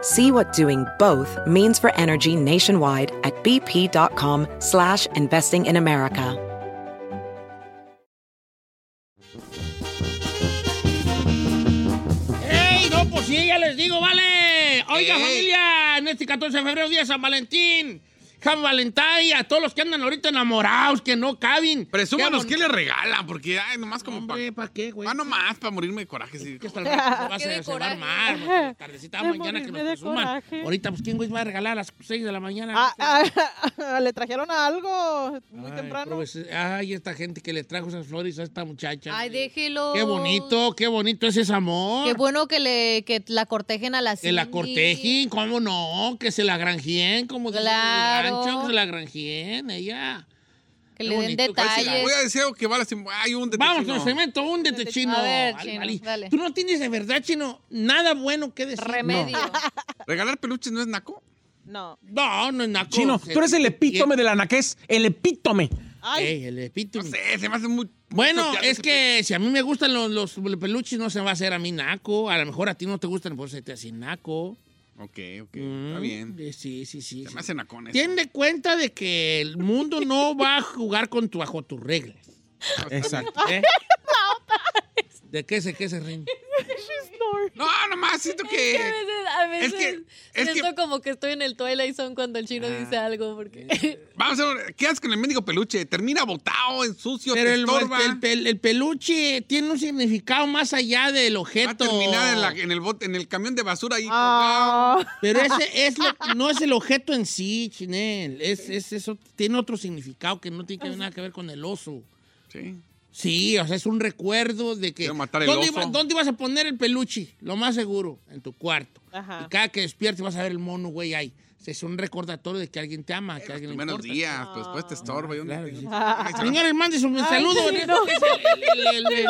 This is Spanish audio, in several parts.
See what doing both means for energy nationwide at bp.com slash investing in America. ¡Ey! No, pues sí, ya les digo, vale. Oiga, familia, en este 14 de febrero, día de San Valentín. San Valentín, a todos los que andan ahorita enamorados, que no caben. Presúmanos que qué le regalan, porque ay, nomás como Hombre, para. ¿para qué, güey? Ah, nomás, para morirme de coraje. Sí. Que hasta el rato vas Qué a cebar de coraje. mal, güey, tardecita mañana que morirme nos de presuman. coraje. Ahorita, pues, ¿quién güey va a regalar a las 6 de la mañana? Ah, ah, le trajeron algo muy ah, Ay, temprano. pues, ay, esta gente que le trajo esas flores a esta muchacha. Ay, güey. déjelo. Qué bonito, qué bonito es ese amor. Qué bueno que le que la cortejen a la Que la Cindy. cortejen, ¿cómo no? Que se la granjien, como dicen en el Claro. rancho, que se la granjien, ella. Que Qué le den bonito. Voy detalles. a decir algo que vale. sin- Hay un detalle. Vamos con el segmento, húndete, chino. A ver, Vale, Chino, vale. dale. Tú no tienes de verdad, chino, nada bueno que decir. Remedio. ¿Regalar peluches no es naco? No. No, no es naco. Chino, Se- tú eres el epítome Ey, del anaqués. El epítome. Ay, el No epítome. sé, se me hace muy. Bueno, muy social es ese que si a mí me gustan los, los peluches, no se va a hacer a mí naco. A lo mejor a ti no te gustan, por se te hace naco. pe- Ok, ok. Está Mm, bien. eh, Sí, sí, sí. Se sí. me hace nacón eso. Ten de cuenta de que el mundo no va a jugar con tu, bajo tus reglas. Exacto. ¿Eh? ¿De qué se, qué se ríen? No, nomás siento que. a veces es que- siento como que estoy en el Twilight Zone cuando el chino Ah. dice algo. Porque... Vamos a ver, ¿qué haces con el mendigo peluche? Termina botado, en sucio, Pero te el, estorba. el- el- el peluche tiene un significado más allá del Va a objeto. terminar en, la- en el, bote- en el camión de basura ahí. Ah, Pero ese es lo- no es el objeto en sí, Chinel. Es, es eso, tiene otro significado que no tiene que ver- nada que ver con el oso. Sí. Sí, o sea, es un recuerdo de que. Quiero matar el ¿dónde, oso. iba- dónde ibas a poner el peluche? Lo más seguro, en tu cuarto. Ajá. Y cada que despiertes vas a ver el mono, güey, ahí. Es un recordatorio de que alguien te ama, que Los alguien le primeros importa. días, pues después te estorba. y un- Claro que sí. Ay, se- Señores, mande su saludo.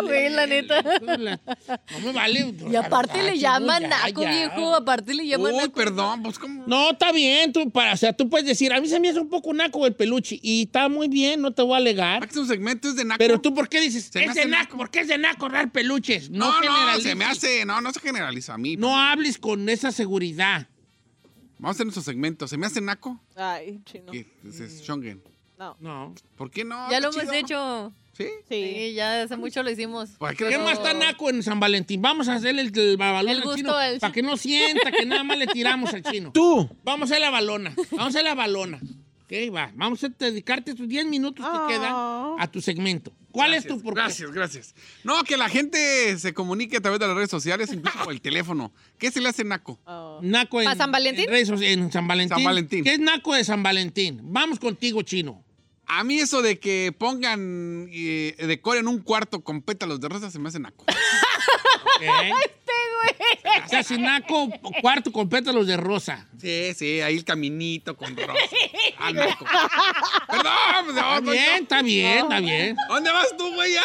Güey, la neta. No me vale. Y aparte le llaman Ya, naco, ya. viejo. Aparte le llaman Uy, naco. perdón, pues cómo. No, está bien, tú, para, o sea, tú puedes decir, a mí se me hace un poco naco el peluche, y está muy bien, no te voy a alegar, Máximo segmento es de naco. pero tú, ¿por qué dices, Se me es de hace naco, naco. ¿por qué es de naco dar peluches? No, No, no, generalices. se me hace. No, no se generaliza a mí. No hables con esa seguridad. Vamos a hacer nuestro segmento. ¿Se me hace naco? ay, chino. Que es- es Shongen. No. No. ¿Por qué no? Ya Está lo hemos chido. hecho. ¿Sí? Sí. Sí, ya hace mucho lo hicimos. Pues hay que ¿Qué dejar- más está naco en San Valentín? Vamos a hacer el, el babalón El al gusto chino, al- para que no sienta que nada más le tiramos al chino. Tú. Vamos a hacer la balona. Vamos a hacer la balona. Ok, va. Vamos a dedicarte tus 10 minutos Ah. que quedan a tu segmento. ¿Cuál Gracias, es tu propuesta? Gracias, gracias. No, que la gente se comunique a través de las redes sociales, incluso por el teléfono. ¿Qué se le hace naco? Oh. Naco en, ¿Para San Valentín? en redes sociales, en San Valentín. San Valentín. ¿Qué es Naco de San Valentín? Vamos contigo, chino. A mí eso de que pongan, eh, decoren un cuarto con pétalos de rosa se me hace naco. Este güey. Casi Naco, cuarto con pétalos de rosa. Sí, sí, ahí el caminito con rosa. Ah, naco. Perdón, pues, no, Está no, bien, está bien, está bien. yo- ¿Dónde vas tú, güey, ya?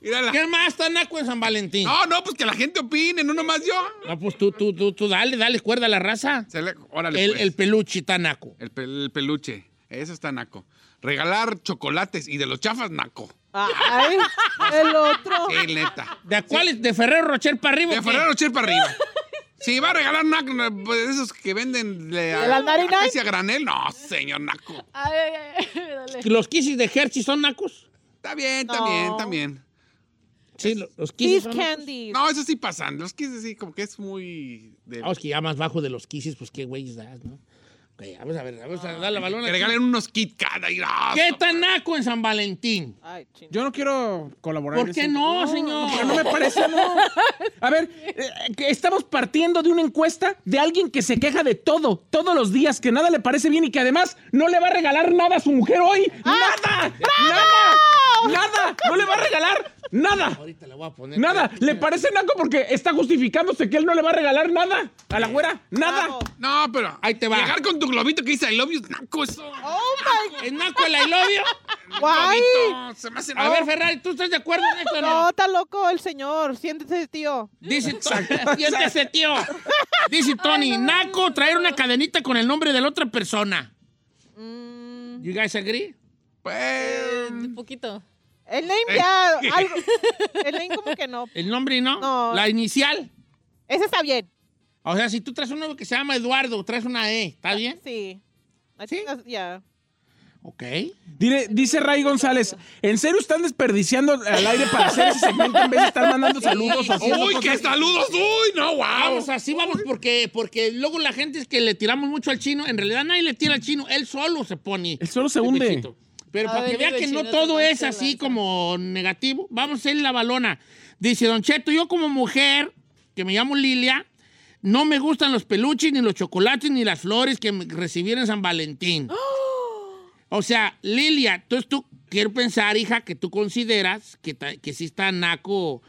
Mírala. ¿Qué más está Naco en San Valentín? No, no, pues que la gente opine, no nomás yo. No, pues tú, tú, tú, tú, dale, dale cuerda a la raza. Se le- órale, El, pues. el peluche está Naco. El, pel- el peluche. Eso está naco. Regalar chocolates y de los chafas, naco. Ay, el otro. Sí, neta. ¿De cuál es? ¿De Ferrero Rocher para arriba? De o qué? Ferrero Rocher para arriba. Si va a regalar naco, no, pues, esos que venden de ¿De las Narinas? a granel, no, señor naco. Ay, ay, ay, dale. ¿Los kisses de Hershey son Nacos? Está bien, está No. bien, está bien. Sí, lo- los kisses Kiss son candy. No, eso sí pasan. Los que sí, como que es muy... de- Ah, es que ya más bajo de los kisses, pues qué güeyes das, ¿no? Ok, vamos a ver, vamos a dar la balona. Que regalen unos Kit Kat ahí. ah, ¿Qué tan naco en San Valentín? Ay, chino. Yo no quiero colaborar. ¿Por Ah, en qué ese- no, señor? Pero no me parece, no. A ver, eh, que estamos partiendo de una encuesta de alguien que se queja de todo, todos los días, que nada le parece bien y que además no le va a regalar nada a su mujer hoy. Ah, ¡Nada! ¡Nada! ¡Nada! ¡No le va a regalar nada! Ahorita le voy a poner. ¡Nada! ¿Le parece naco porque está justificándose que él no le va a regalar nada a la güera? ¡Nada! Bravo. No, pero. Ahí te va. Llegar con tu globito que dice I love you, naco, eso. Oh my ¿Es naco el I love you? guay. Globito, se me hace A ver, Ferrari, ¿tú estás de acuerdo en esto o No, no? está loco el señor. Siéntese, tío. Dice Siéntese, tío. Dice Tony, naco traer una cadenita con el nombre de la otra persona. Mm. You guys agree? Pues, Un poquito. El Eh. name ya. algo- El name como que no. ¿El nombre no? No. La inicial. Ese está bien. O sea, si tú traes un nombre que se llama Eduardo, traes una E, ¿está bien? Sí. I ¿Sí? think that's- yeah. Ok. Dire- dice Ray González, ¿en serio están desperdiciando al aire para hacer ese segmento en vez de estar mandando saludos? o haciendo Uy, cosas? qué saludos. Uy, no, wow. Vamos, así vamos, porque, porque luego la gente es que le tiramos mucho al chino. En realidad nadie le tira al chino, él solo se pone. Él solo se de hunde. pechito. Pero A para ver, que mi vea que vecino no te todo mancha es la así cara. como negativo, vamos a ir la balona. Dice Don Cheto, yo como mujer, que me llamo Lilia, no me gustan los peluches, ni los chocolates, ni las flores que me recibieron en San Valentín. O sea, Lilia, entonces tú quiero pensar, hija, que tú consideras que, ta- que sí está naco,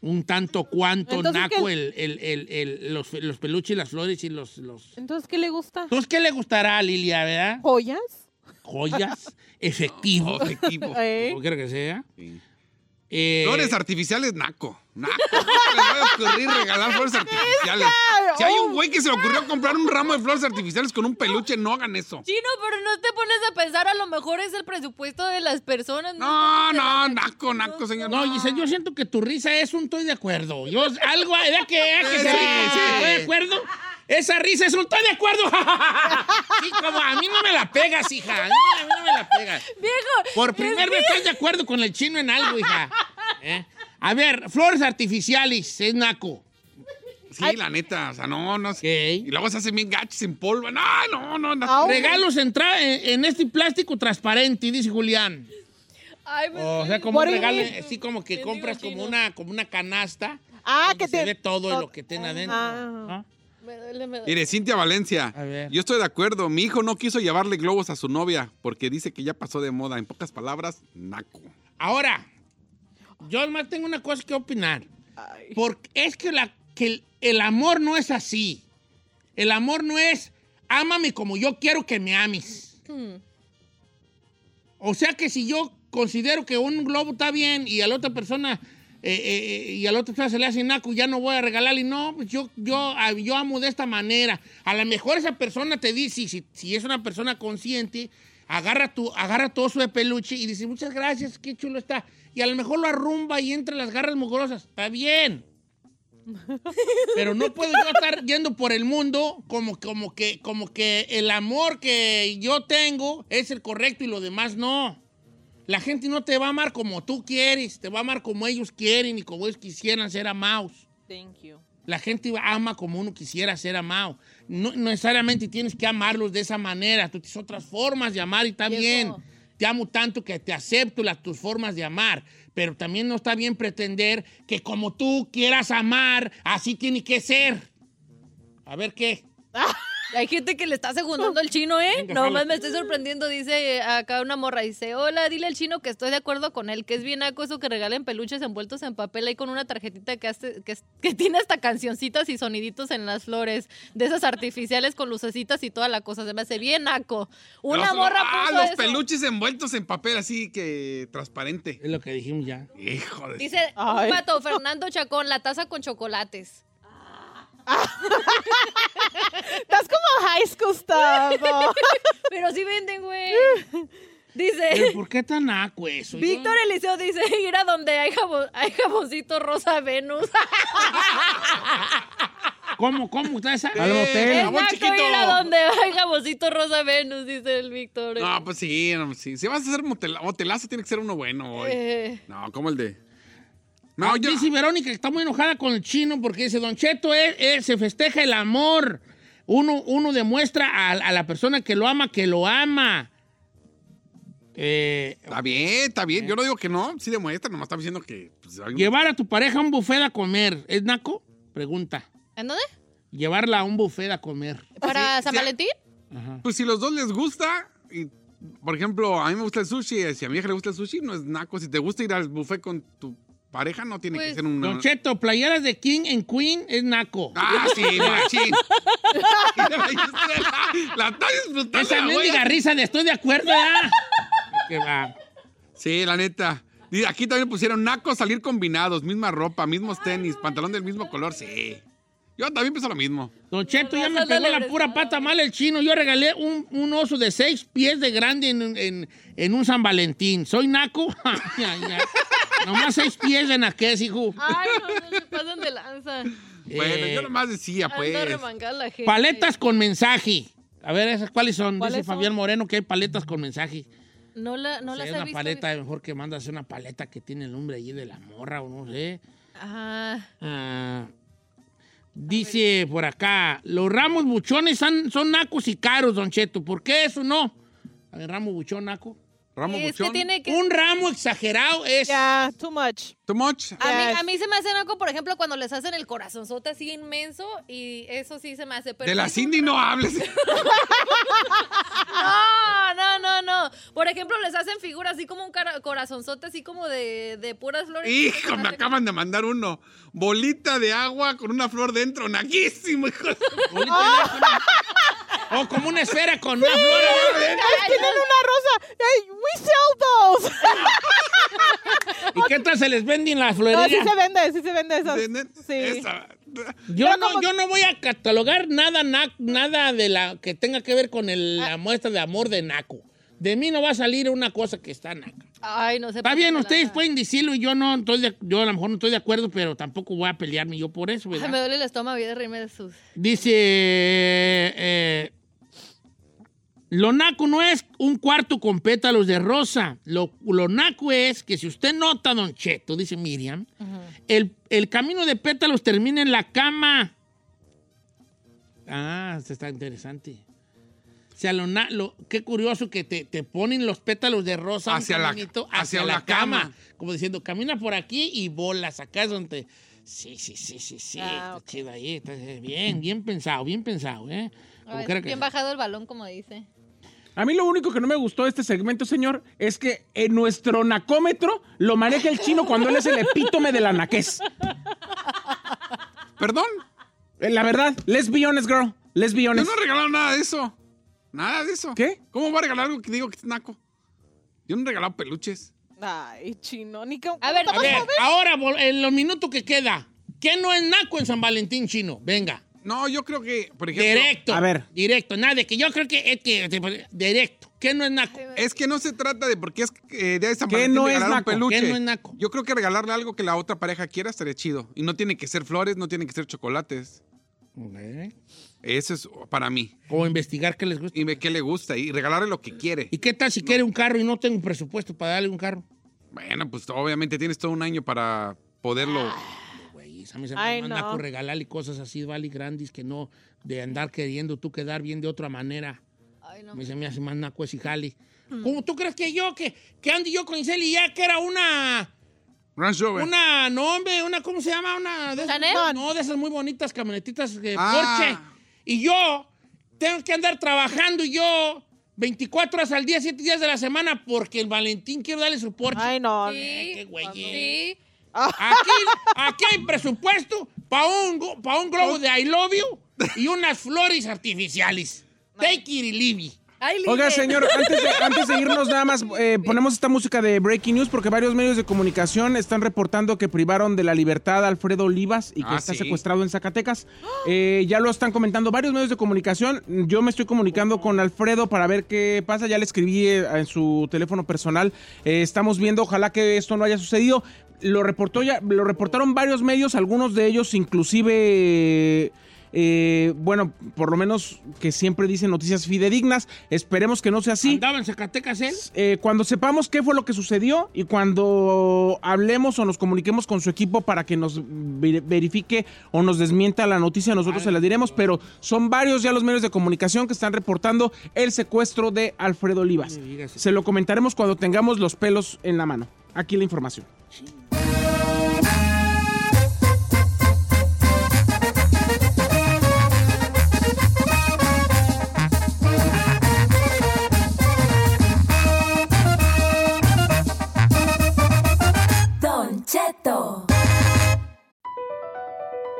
un tanto cuanto Entonces, naco ¿qué? el, el- el- el- los, los peluches, las flores y los... los... Entonces, ¿qué le gusta? Entonces, ¿qué le gustará a Lilia, verdad? ¿Joyas? joyas, efectivo, Efectivo. Eh, como quiera que sea. Eh, Flores artificiales, naco. Naco. ¿Cómo se les va a ocurrir regalar flores artificiales? Si hay un güey que se le ocurrió comprar un ramo de flores artificiales con un peluche, no hagan eso. Chino, pero no te pones a pensar, a lo mejor es el presupuesto de las personas. No, no, naco, naco, señor. no, Giselle, yo siento que tu risa es un estoy de acuerdo. Yo, algo, ¿verdad que, era que Sí, se ríe? sí. ¿Estoy de acuerdo? Esa risa es un estoy de acuerdo. sí, como a mí no me la pegas, hija. A mí, a mí no me la pegas. Viejo. Por primera vez estás de acuerdo con el chino en algo, hija. ¿Eh? A ver, flores artificiales, es naco. Sí, la neta, o sea, no, no sé. Ok. Y luego se hacen bien gachos en polvo. No, no, no. no. Ah, Regalos en, tra- en- en este plástico transparente, dice Julián. Ay, me- O sea, como What un do you regalo, mean? así como que Te digo, compras como chino. una, como una canasta. Ah, donde que se te. ve todo lo que tiene Ah. adentro. ¿no? me duele, me duele. Mire, Cintia Valencia, A ver. yo estoy de acuerdo. Mi hijo no quiso llevarle globos a su novia porque dice que ya pasó de moda. En pocas palabras, naco. Ahora, yo además tengo una cosa que opinar. Porque es que, la, que el, el amor no es así. El amor no es, ámame como yo quiero que me ames. O sea que si yo considero que un globo está bien y a la otra persona eh, eh, eh, y a la otra persona se le hace naco, ya no voy a regalarle. No, pues yo, yo, ah, yo amo de esta manera. A lo mejor esa persona te dice, si, si es una persona consciente, agarra, tu, agarra todo su de peluche y dice, muchas gracias, qué chulo está. Y a lo mejor lo arrumba y entra en las garras mugrosas. Está bien. Pero no puedo yo estar yendo por el mundo como, como, que, como que el amor que yo tengo es el correcto y lo demás no. La gente no te va a amar como tú quieres, te va a amar como ellos quieren y como ellos quisieran ser amados. Thank you. La gente ama como uno quisiera ser amado. No no necesariamente tienes que amarlos de esa manera. Tú tienes otras formas de amar y está Viejo. bien. Te amo tanto que te acepto las tus formas de amar. Pero también no está bien pretender que como tú quieras amar, así tiene que ser. A ver qué. Hay gente que le está secundando al chino, ¿eh? Venga, No jala. más me estoy sorprendiendo. Dice eh, acá una morra, dice, hola, dile al chino que estoy de acuerdo con él, que es bien aco eso que regalen peluches envueltos en papel ahí con una tarjetita que, hace, que, es- que tiene hasta cancioncitas y soniditos en las flores, de esas artificiales con lucecitas y toda la cosa. Se me hace bien aco. Una Los- morra Ah, puso los eso. peluches envueltos en papel así que transparente. Es lo que dijimos ya. Hijo de... Dice Ay. Pato Fernando Chacón, la taza con chocolates. That's como high school stuff. oh. Pero sí venden, güey. Pero Dice... ¿por qué tan aco eso? Yo- Víctor Eliseo dice, ir a donde hay, jabón, hay jaboncito rosa Venus. ¿Cómo, cómo está esa? Al hotel. Es Eh, Jabón naco chiquito. ir a donde hay jaboncito rosa Venus, dice el Víctor. No, pues sí, no, sí. Si vas a hacer motela- motelazo, tiene que ser uno bueno hoy. Eh, No, como el de... No, No, yo... Dice Verónica que está muy enojada con el chino porque dice, Don Cheto, eh, eh, se festeja el amor. uno, uno demuestra a, a la persona que lo ama que lo ama. Eh, Está bien, está bien. Yo no digo que no, sí demuestra, nomás está diciendo que. pues, hay un- llevar a tu pareja a un buffet a comer, ¿es naco? Pregunta. ¿En dónde? Llevarla a un buffet a comer. ¿Para Sí, San sí. Valentín? Pues si los dos les gusta, y, por ejemplo, a mí me gusta el sushi, eh, si a mi hija le gusta el sushi, no es naco. Si te gusta ir al buffet con tu pareja, no tiene que Pues- ser una. Don Cheto, playeras de King en Queen es naco. Ah, sí, machín. la, la está disfrutando. Esa la mendiga güey. ¿eh? risa de estoy de acuerdo, ¿verdad? Que va. Sí, la neta. Y aquí también pusieron naco salir combinados, misma ropa, mismos tenis, pantalón del mismo color, sí. Yo también pienso lo mismo. Don Cheto, ya Con me razón pegó no le la pura prestaba. pata mal el chino. Yo regalé un, un oso de seis pies de grande en, un- en- en un San Valentín. ¿Soy naco? Ay, ay, ay. Nomás seis pies de naqués, hijo. Ay, no, no se pasan de lanza. Bueno, Eh, yo nomás decía, pues. Anda remangada la gente. Paletas con mensaje. A ver, ¿esas cuáles son? Dice ¿Cuáles son? Fabián Moreno que hay paletas con mensaje. No, la, no O sea, las he una visto. paleta, mejor que mandas una paleta que tiene el nombre allí de la morra o no sé. Ah, Ah, dice por acá, los ramos buchones son, son nacos y caros, don Cheto. ¿Por qué eso no? A ver, ramo buchón, naco. Ramo es buchón. que tiene que... Un ramo exagerado es... Ya, too much. Too much. A mí, Yes. a mí se me hace algo, por ejemplo, cuando les hacen el corazonzote así inmenso y eso sí se me hace. Pero de la si es un Cindy no hables. No, no, no, no. Por ejemplo, les hacen figuras así como un cara- corazonzote, así como de, de puras flores. Hijo, me acaban de mandar uno. Bolita de agua con una flor dentro. Naquísimo, hijo. de- Bonito, ¿no? O como una esfera con una flor. Ay, tienen una rosa. Hey, we sell those. ¿Y qué tal se les venden las No, sí florerías? se vende, sí se vende esas. Sí. Esa. Yo Pero no, como- yo no voy a catalogar nada, na- nada de la que tenga que ver con el- Ah. la muestra de amor de Naco. De mí no va a salir una cosa que está Naca. Ay, no sé. Está bien, ustedes pueden decirlo y yo no, estoy de- yo a lo mejor no estoy de acuerdo, pero tampoco voy a pelearme yo por eso, Ay, me ¿verdad? duele el estómago y de reírme de sus. Dice, eh, lo naco no es un cuarto con pétalos de rosa. Lo, lo naco es que si usted nota, don Cheto, dice Miriam, el, el camino de pétalos termina en la cama. Ah, esto está interesante. O sea, lo, na- lo- qué curioso que te, te ponen los pétalos de rosa un Hacia la- caminito hacia la, la cama. cama. Como diciendo, camina por aquí y bolas, acá es donde... te- Sí, sí, sí, sí, sí. está Ah, ok. chido ahí. está bien, bien pensado, bien pensado, ¿eh? Como Ay, quiera que bien sea. bajado el balón, como dice. A mí lo único que no me gustó de este segmento, señor, es que en nuestro nacómetro lo maneja el chino cuando él es el epítome de la naquez. Perdón. Eh, La verdad, let's be honest, girl. Let's be Yo honest. no he regalado nada de eso. Nada de eso. ¿Qué? ¿Cómo va a regalar algo que digo que es naco? Yo no he regalado peluches. Ay, chino, ni cómo- A ver, A ver, ahora, vol- en los minutos que queda, ¿qué no es naco en San Valentín chino? Venga, No, yo creo que, por ejemplo. directo. A ver. Directo, nada de que yo creo que es que. de- Directo. ¿Qué no es naco? Es que no se trata de porque es eh, día de San ¿Qué Valentín no es regalar un naco? peluche. ¿Qué no es naco? Yo creo que regalarle algo que la otra pareja quiera estaría chido. Y no tiene que ser flores, no tiene que ser chocolates. Eso es para mí. O investigar qué les gusta. Y ve qué le gusta y regalarle lo que quiere. ¿Y qué tal si quiere un carro y no tengo presupuesto para darle un carro? Bueno, pues obviamente tienes todo un año para poderlo. Güey, esa me se me Ay, manda no. por regalarle cosas así, vale, grandes, que no de andar queriendo tú quedar bien de otra manera. Ay, no. Me se me hace más naco ese jale. ¿Cómo tú crees que yo, que, que ando yo con Iseli ya, que era una, Ranch Rover. una, no hombre, una, ¿cómo se llama? Una de esas, ¿Chanel? no, de esas muy bonitas camionetitas de Ah. Porsche. Y yo tengo que andar trabajando yo 24 horas al día, 7 días de la semana, porque el Valentín quiero darle su Porsche. Ay, no. Sí, qué güey, eh. pues sí. Aquí, aquí hay presupuesto para un, go- pa' un globo de I love you y unas flores artificiales. Take it or leave it. Ay, Lili. Oiga, señor, antes de, antes de irnos nada más, eh, ponemos esta música de Breaking News porque varios medios de comunicación están reportando que privaron de la libertad a Alfredo Olivas y que Ah, está sí. secuestrado en Zacatecas. Eh, ya lo están comentando varios medios de comunicación. Yo me estoy comunicando con Alfredo para ver qué pasa. Ya le escribí eh, en su teléfono personal. Eh, estamos viendo, ojalá que esto no haya sucedido. Lo reportó ya, lo reportaron varios medios, algunos de ellos inclusive eh, bueno, por lo menos que siempre dicen noticias fidedignas. Esperemos que no sea así. ¿Andaba en Zacatecas él? Eh, cuando sepamos qué fue lo que sucedió y cuando hablemos o nos comuniquemos con su equipo para que nos ver- verifique o nos desmienta la noticia, nosotros se la diremos, pero son varios ya los medios de comunicación que están reportando el secuestro de Alfredo Olivas. me digas eso. Se lo comentaremos cuando tengamos los pelos en la mano. Aquí la información. Don Cheto.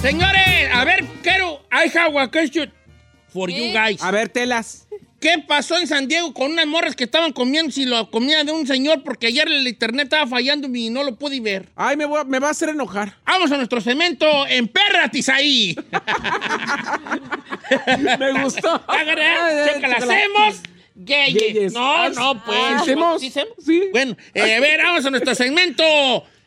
Señores, a ver, quiero, I have a question for you guys. A ver, telas. ¿Qué pasó en San Diego con unas morras que estaban comiendo si la comida de un señor? Porque ayer el internet estaba fallando y no lo pude ver. Ay, me, voy a- me va a hacer enojar. Vamos a nuestro cemento en Perratis ahí. me gustó. Chécala, hacemos. Gayes. Gayes. No, Ah, no, pues. ¿sí hacemos? ¿Sí hacemos? Sí. Bueno, eh, a ver, vamos a nuestro segmento.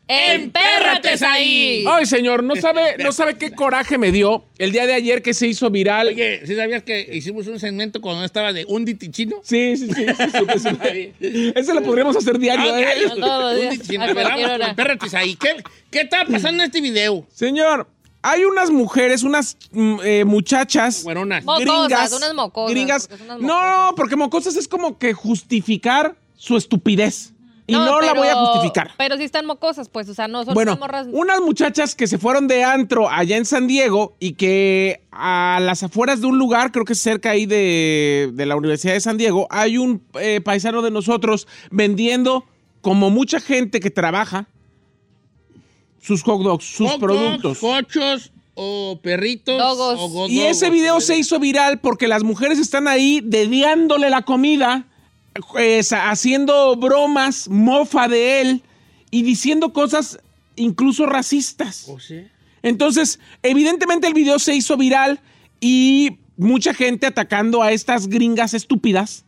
Empérrates ahí. Ay, señor, no sabe, no sabe qué coraje me dio el día de ayer que se hizo viral. Oye, ¿sí sabías que hicimos un segmento cuando no estaba de un ditichino? Sí, sí, sí, sí, supe, supe. Ese lo podríamos hacer diario, Ah, ¿eh? ok. Todos los Un días, ditichino. a A ver, cualquier vamos hora. con Perrates ahí. ¿Qué, ¿Qué estaba pasando en este video? Señor, hay unas mujeres, unas mm, eh, muchachas. Güeronas. Mo- Mocosas, gringas, unas mocosas, Gringas. porque son unas No, porque mocosas es como que justificar su estupidez. Y no, la pero- voy a justificar. Pero sí están mocosas, pues, o sea, no son Bueno, unas morras. unas muchachas que se fueron de antro allá en San Diego y que a las afueras de un lugar, creo que cerca ahí de, de la Universidad de San Diego, hay un eh, paisano de nosotros vendiendo, como mucha gente que trabaja, sus hot dogs, sus Hot dogs, productos. cochos o perritos. Dogos. o go- y dogos. ese video se hizo viral porque las mujeres están ahí dediándole la comida, pues, haciendo bromas, mofa de él y diciendo cosas incluso racistas. ¿O sí? Entonces, evidentemente el video se hizo viral y mucha gente atacando a estas gringas estúpidas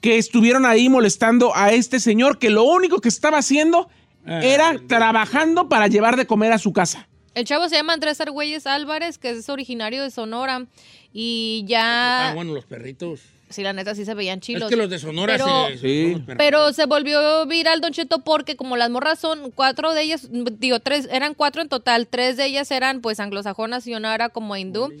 que estuvieron ahí molestando a este señor que lo único que estaba haciendo era trabajando para llevar de comer a su casa. El chavo se llama Andrés Argüelles Álvarez, que es originario de Sonora. Y Ah, ya. bueno, los perritos. Sí, la neta sí se veían chilos. es que los de Sonora Pero- se, se- Sí. son los perritos. Pero se volvió viral Don Cheto porque como las morras son cuatro de ellas, digo tres, eran cuatro en total, tres de ellas eran pues anglosajonas y una era como hindú.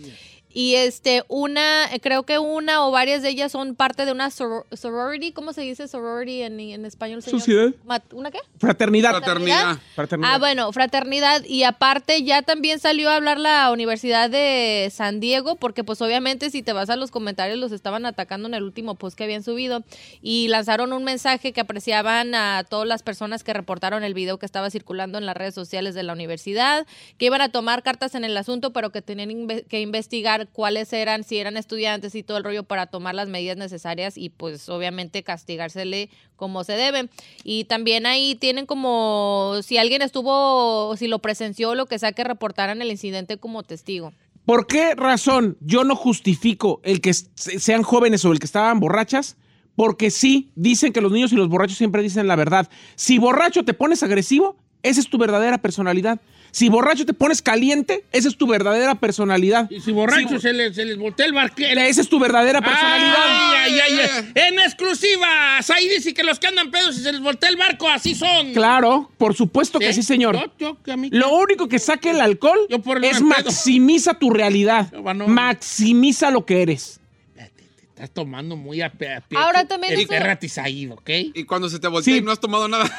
Y este, una, eh, creo que una o varias de ellas son parte de una soror- sorority, ¿cómo se dice sorority en, en español? señor? Sociedad. Mat- ¿Una qué? Fraternidad. Fraternidad. Fraternidad. Ah, bueno, fraternidad. Y aparte ya también salió a hablar la Universidad de San Diego, porque pues obviamente si te vas a los comentarios los estaban atacando en el último post que habían subido y lanzaron un mensaje que apreciaban a todas las personas que reportaron el video que estaba circulando en las redes sociales de la universidad, que iban a tomar cartas en el asunto, pero que tenían inve- que investigar buscar cuáles eran, si eran estudiantes y todo el rollo para tomar las medidas necesarias y pues obviamente castigársele como se debe. Y también ahí tienen como si alguien estuvo, si lo presenció, lo que sea que reportaran el incidente como testigo. ¿Por qué razón yo no justifico el que se- sean jóvenes o el que estaban borrachas? Porque sí, dicen que los niños y los borrachos siempre dicen la verdad. Si borracho te pones agresivo, esa es tu verdadera personalidad. Si borracho te pones caliente, esa es tu verdadera personalidad. Y si borrachos Si bo- se, les, se les voltea el barquero. Esa es tu verdadera personalidad. Ay, ay, ay, ay. En exclusiva, ahí dice que los que andan pedos y se les voltea el barco, así son. Claro, por supuesto que ¿Eh? sí, señor. Yo- yo- que a mí- Lo único que saque el alcohol Yo por el es mal pedo. maximiza tu realidad. Yo, bueno. maximiza lo que eres. Espérate, te estás tomando muy a pe- a pie. Ahora también eso- Espérate, Said, ¿ok? Y cuando se te voltea Sí. y no has tomado nada.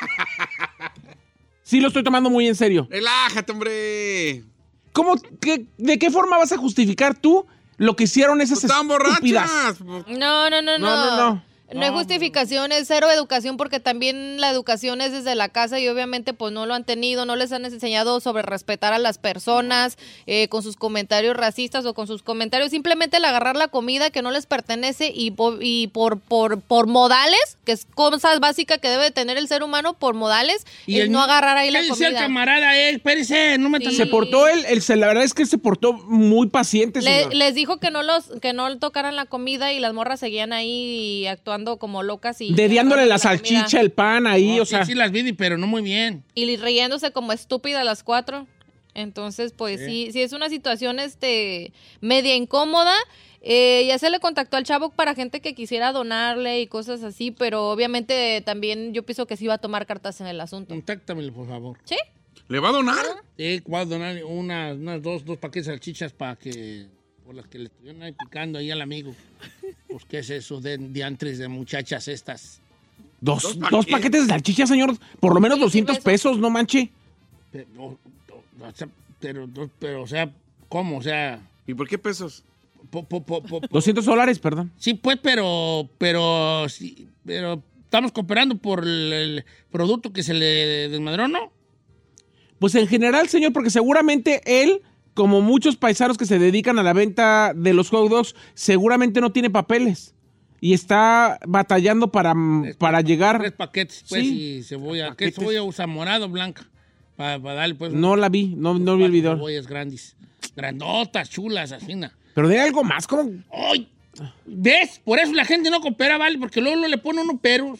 Sí lo estoy tomando muy en serio. Relájate, hombre. ¿Cómo, qué- ¿De qué forma vas a justificar tú lo que hicieron esas Pues, Están Pues estúpidas? borrachas. No, no, no, no. No, no, no. No hay justificación, es cero educación porque también la educación es desde la casa y obviamente pues no lo han tenido, no les han enseñado sobre respetar a las personas eh, con sus comentarios racistas o con sus comentarios, simplemente el agarrar la comida que no les pertenece y, po- y por, por, por modales, que es cosa básica que debe tener el ser humano por modales, y el- no agarrar ahí la ¿Qué decía el comida. camarada, eh, espérese, no me Sí. Se portó él, él se- la verdad es que se portó muy paciente, Le- señor. les dijo que no los que no tocaran la comida y las morras seguían ahí actuando como locas y Dediándole la salchicha, comida. el pan ahí, No, o sí, sea. sí las vi, pero no muy bien. y riéndose como estúpida a las cuatro. Entonces, pues sí, sí, es una situación este media incómoda. Eh, ya se le contactó al chavo para gente que quisiera donarle y cosas así, pero obviamente también yo pienso que sí va a tomar cartas en el asunto. Contáctamelo, por favor. ¿Sí? ¿Le va a donar? Sí, voy a donar unas, unas dos, dos paquetes de salchichas para que, por las que le estuvieron ahí picando ahí al amigo. Pues, ¿qué es eso de diantres de muchachas estas? Dos, Dos dos paquetes. paquetes de salchicha, señor. Por lo menos Sí, sí, 200 pesos. pesos, no manche. Pero, o- o- o sea, pero, pero, o sea, ¿cómo? O sea, ¿Y por qué pesos? po- po- po- po- po- 200 dólares, perdón. sí, pues, pero, pero, sí, pero estamos cooperando por el, el producto que se le desmadró, ¿no? Pues en general, señor, porque seguramente él, como muchos paisanos que se dedican a la venta de los hot dogs, seguramente no tiene papeles. Y está batallando para, para Tres llegar. paquetes, pues, Sí. y cebolla. ¿Qué Paquetes. cebolla usa? ¿Morada o blanca? Para darle, pues. No la vi, no, no vi el cuatro video. Cebollas grandes. Grandotas, chulas, así. na. Pero de algo más, como ¡Ay! ¿Ves? Por eso la gente no coopera, ¿vale? Porque luego, luego le pone uno peros.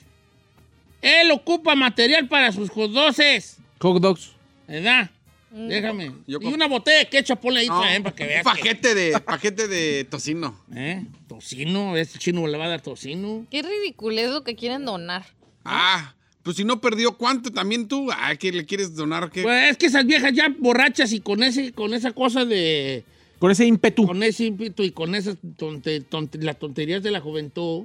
Él ocupa material para sus jodoses. hot dogs. ¿Verdad? Déjame. Mm. Yo y comp- una botella de ketchup ponle ahí No, también para que un veas. que- paquete de, paquete de tocino. ¿Eh? Tocino. Este chino le va a dar tocino. Qué ridículo es lo que quieren donar. Ah, pues si no perdió, ¿cuánto también tú? Ah, ¿qué le quieres donar? ¿Qué? Pues es que esas viejas ya borrachas y con, ese, con esa cosa de... Con ese ímpetu. Con ese ímpetu y con esas tonte- tonte- las tonterías de la juventud.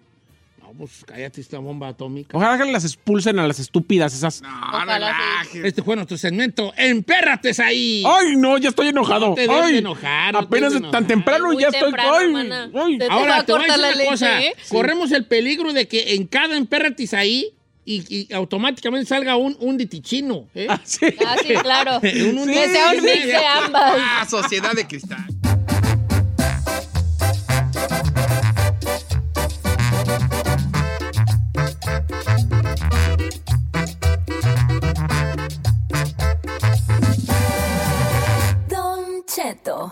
No, pues cállate esta bomba atómica. Ojalá que las expulsen a las estúpidas esas. Ah, no, Ojalá relaje. Este fue nuestro segmento. ¡Empérrates ahí! ¡Ay, no! Ya estoy enojado. No te debes ¡Ay! de enojar, no te apenas debes de tan enojar. temprano Muy ya estoy. temprano, ¡Ay! mana. ay. Te- Ahora va a te voy a cortar decir la una cosa. leche, ¿eh? Corremos el peligro de que en cada empérrates ahí y, y automáticamente salga un, un ditichino. ¿eh? Ah, sí. Ah, sí, claro. Un- un- que sea un mix de ambas. Ah, sociedad de cristal. Don Cheto.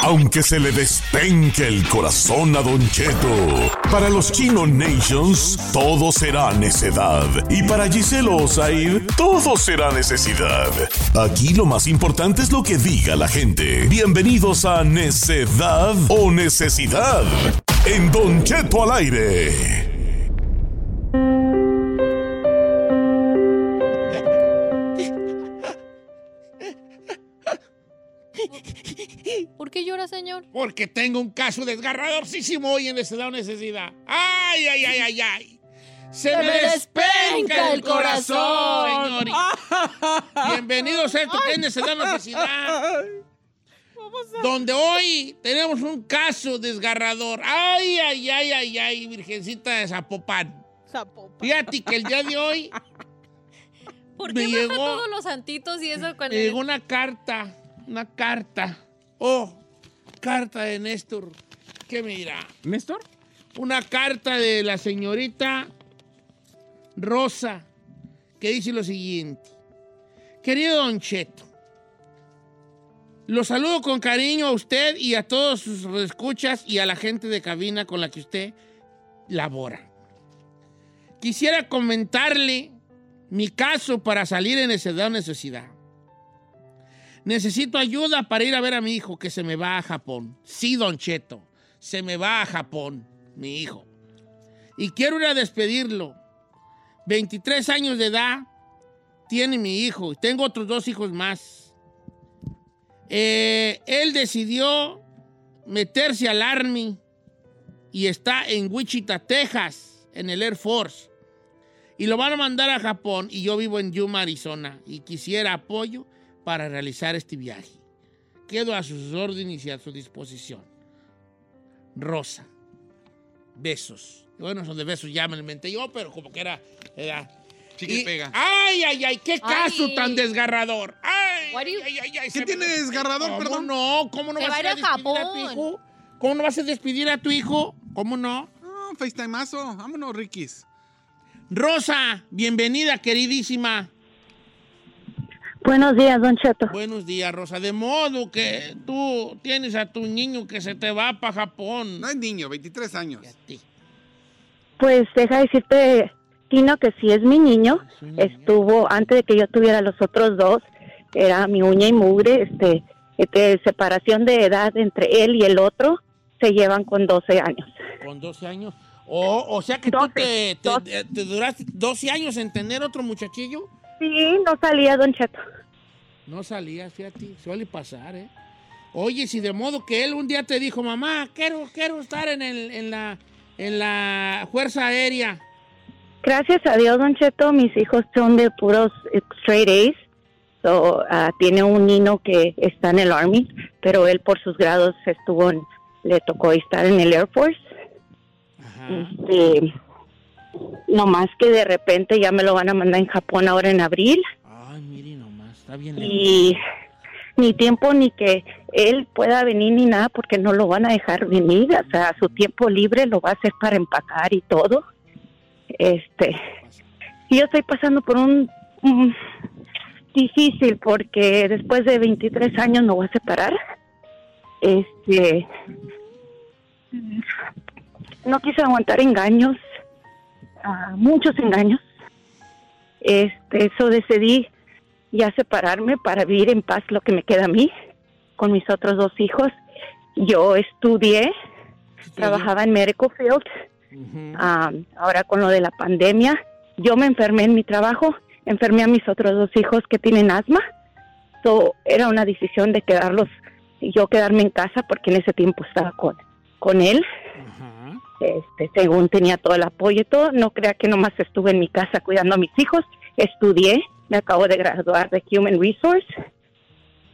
Aunque se le despenque el corazón a Don Cheto, para los Chino Nations todo será necedad. Y para Giselo Osair todo será necesidad. Aquí lo más importante es lo que diga la gente. Bienvenidos a Necedad o Necesidad. En Don Cheto al aire. ¿Por qué llora, señor? Porque tengo un caso desgarradorcísimo hoy en esa necesidad. ¡Ay, ay, ay, ay, ay! Se, Se me me despenca despenca el el corazón, corazón. señores. Bienvenidos a esto que es necesidad, necesidad. Donde hoy tenemos un caso desgarrador. ¡Ay, ay, ay, ay, ay, virgencita de Zapopan! Zapopan. Fíjate que el día de hoy ¿Por Me qué baja llegó- todos los santitos y eso con me llegó una carta, una carta. Oh, carta de Néstor. ¿Qué mira? ¿Néstor? una carta de la señorita Rosa que dice lo siguiente. Querido Don Cheto, lo saludo con cariño a usted y a todos sus escuchas y a la gente de cabina con la que usted labora. Quisiera comentarle mi caso para salir en necesidad o necesidad. Necesito ayuda para ir a ver a mi hijo que se me va a Japón. Sí, Don Cheto, se me va a Japón, mi hijo. Y quiero ir a despedirlo. 23 años de edad tiene mi hijo y tengo otros dos hijos más. Eh, él decidió meterse al Army y está en Wichita, Texas, en el Air Force. Y lo van a mandar a Japón y yo vivo en Yuma, Arizona. Y quisiera apoyo para realizar este viaje. Quedo a sus órdenes y a su disposición. Rosa. Besos. Bueno, son de besos, ya me lo inventé yo, pero como que era... era. Chiqui Y- pega. ¡Ay, ay, ay! ¡Qué caso Ay. tan desgarrador! ¡Ay! What do you- ay, ay, ay, ¿Qué se tiene me- de desgarrador, ¿Cómo perdón? no? ¿Cómo no Se vas va a, a ir ir a despedir a a tu Japón. hijo? ¿Cómo no vas a despedir a tu hijo? ¿Cómo no? No, FaceTimeazo. Vámonos, Rikis. Rosa, bienvenida, queridísima. Buenos días, Don Cheto. Buenos días, Rosa. De modo que tú tienes a tu niño que se te va para Japón. No es niño, 23 años. Y a ti. Pues deja decirte, Tino, que sí es mi niño. Estuvo, antes de que yo tuviera los otros dos, era mi uña y mugre, este, este, separación de edad entre él y el otro, se llevan con 12 años. Con 12 años. O, o sea que tú Doce, te, te- eh, doce. te duraste 12 años en tener otro muchachillo. Sí, no salía, Don Cheto. No salías, fíjate. Suele pasar, ¿eh? Oye, si de modo que él un día te dijo, mamá, quiero, quiero estar en, el, en, la, en la Fuerza Aérea. Gracias a Dios, Don Cheto, mis hijos son de puros eh, straight A's. So, ah, tiene un niño que está en el Army, pero él por sus grados estuvo en- le tocó estar en el Air Force. Ajá. Este, no más que de repente ya me lo van a mandar en Japón ahora en abril Ay, mire nomás, está bien lejos. y ni tiempo ni que él pueda venir ni nada porque no lo van a dejar venir, o sea, su tiempo libre lo va a hacer para empacar y todo. Este, y yo estoy pasando por un, un difícil porque después de 23 años no voy a separar. Este, no quise aguantar engaños, ah, muchos engaños. Este, eso decidí ya separarme para vivir en paz lo que me queda a mí con mis otros dos hijos. Yo estudié, trabajaba en Medical Field. Ujú. Am, ahora con lo de la pandemia, yo me enfermé en mi trabajo, enfermé a mis otros dos hijos que tienen asma. So, era una decisión de quedarlos, yo quedarme en casa porque en ese tiempo estaba con, con él. Ajá. Este, según tenía todo el apoyo y todo, no crea que nomás estuve en mi casa cuidando a mis hijos, estudié, me acabo de graduar de Human Resource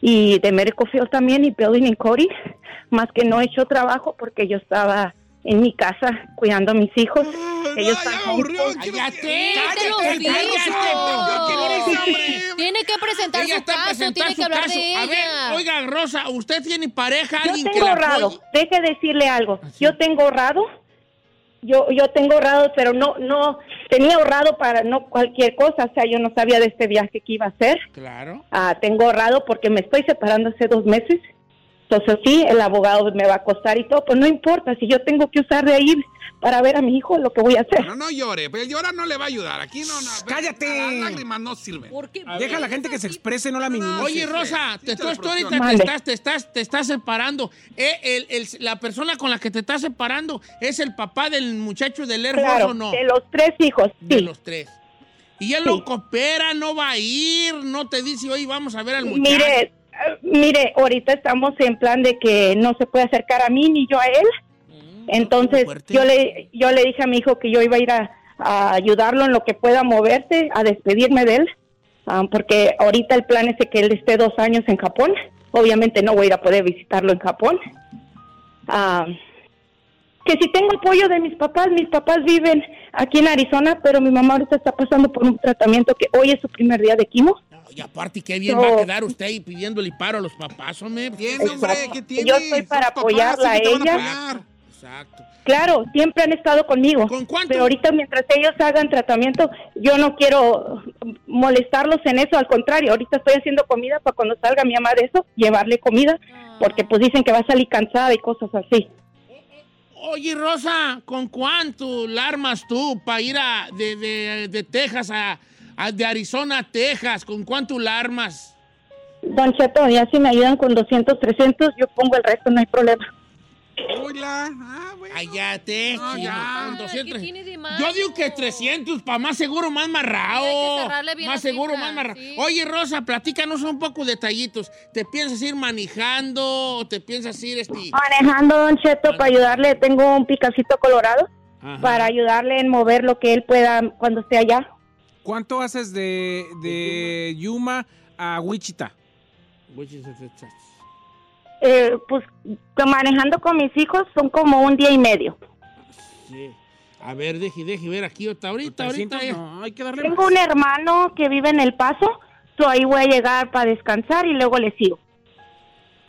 y de Medical Field también y Building and Coding, más que no he hecho trabajo porque yo estaba en mi casa cuidando a mis hijos. Ellos Ay, ya están me aburrió. homeschooled. Quiero- ¡Cállate! ¡Cállate los ¡Cállate! hijos! ¡Cállate! ¡Cállate! Tiene que presentar Ella su está caso, presentando tiene su que hablar caso. de A ver, ella. oiga, Rosa, ¿usted tiene pareja? Yo alguien que tengo la ahorrado, apoye? deje decirle algo, yo tengo ahorrado yo yo tengo ahorrado, pero no no tenía ahorrado para no cualquier cosa, o sea, yo no sabía de este viaje que iba a hacer. Claro. Ah, tengo ahorrado porque me estoy separando hace dos meses. Entonces sí, el abogado me va a costar y todo, pero no importa, si yo tengo que usar de ahí para ver a mi hijo lo que voy a hacer. No, no llore, pues el llorar no le va a ayudar. Aquí no, no. ¡Cállate! Las lágrimas no sirven. Deja a la gente que se exprese, no la minimices. Oye, Rosa, te, tú, la tú ahorita presión. te Vale. estás, te, estás, te estás separando. Eh, el- el- la persona con la que te estás separando es el papá del muchacho del Air Force, Claro, o no. de los tres hijos, De sí. los tres. Y él no coopera, no va a ir, no te dice, oye, vamos a ver al muchacho. Mire, eh, mire, ahorita estamos en plan de que no se puede acercar a mí ni yo a él. Entonces yo le yo le dije a mi hijo que yo iba a ir a, a ayudarlo en lo que pueda moverse, a despedirme de él, ah, porque ahorita el plan es de que él esté dos años en Japón. Obviamente no voy a ir a poder visitarlo en Japón. Ah, que si tengo apoyo de mis papás, mis papás viven aquí en Arizona, pero mi mamá ahorita está pasando por un tratamiento que hoy es su primer día de quimo. Y aparte, qué bien No. va a quedar usted ahí pidiéndole paro a los papás, hombre. Tiene, hombre, ¿qué tiene? Yo estoy para Son papás, apoyarla así que te van a a ella. apoyar. Exacto. Claro, siempre han estado conmigo. Pero ahorita mientras ellos hagan tratamiento, yo no quiero molestarlos en eso. Al contrario, ahorita estoy haciendo comida para cuando salga mi mamá de eso, llevarle comida, porque pues dicen que va a salir cansada y cosas así. Oye, Rosa, ¿con cuánto la armas tú para ir a, de, de- de Texas a, a- de Arizona a Texas? ¿Con cuánto la armas? Don Cheto, ya si me ayudan con 200, 300, yo pongo el resto, no hay problema. Ah, Allá, Texas. ya. con 200. tiene de malo? Yo digo que 300, para más seguro, más marrao. Hay que cerrarle bien más la seguro, fibra, más marrao. sí. Oye, Rosa, platícanos un poco detallitos. ¿Te piensas ir manejando o te piensas ir este? Manejando, Don Cheto, para ayudarle, tengo un picacito colorado para ayudarle en mover lo que él pueda cuando esté allá. ¿Cuánto haces de, de Yuma a Wichita? Eh, pues que manejando con mis hijos son como un día y medio. Sí. A ver, deje, deje ver aquí otra ahorita, eh. ahorita. 300, no, hay que darle Tengo un hermano que vive en El Paso, so ahí voy a llegar para descansar y luego le sigo.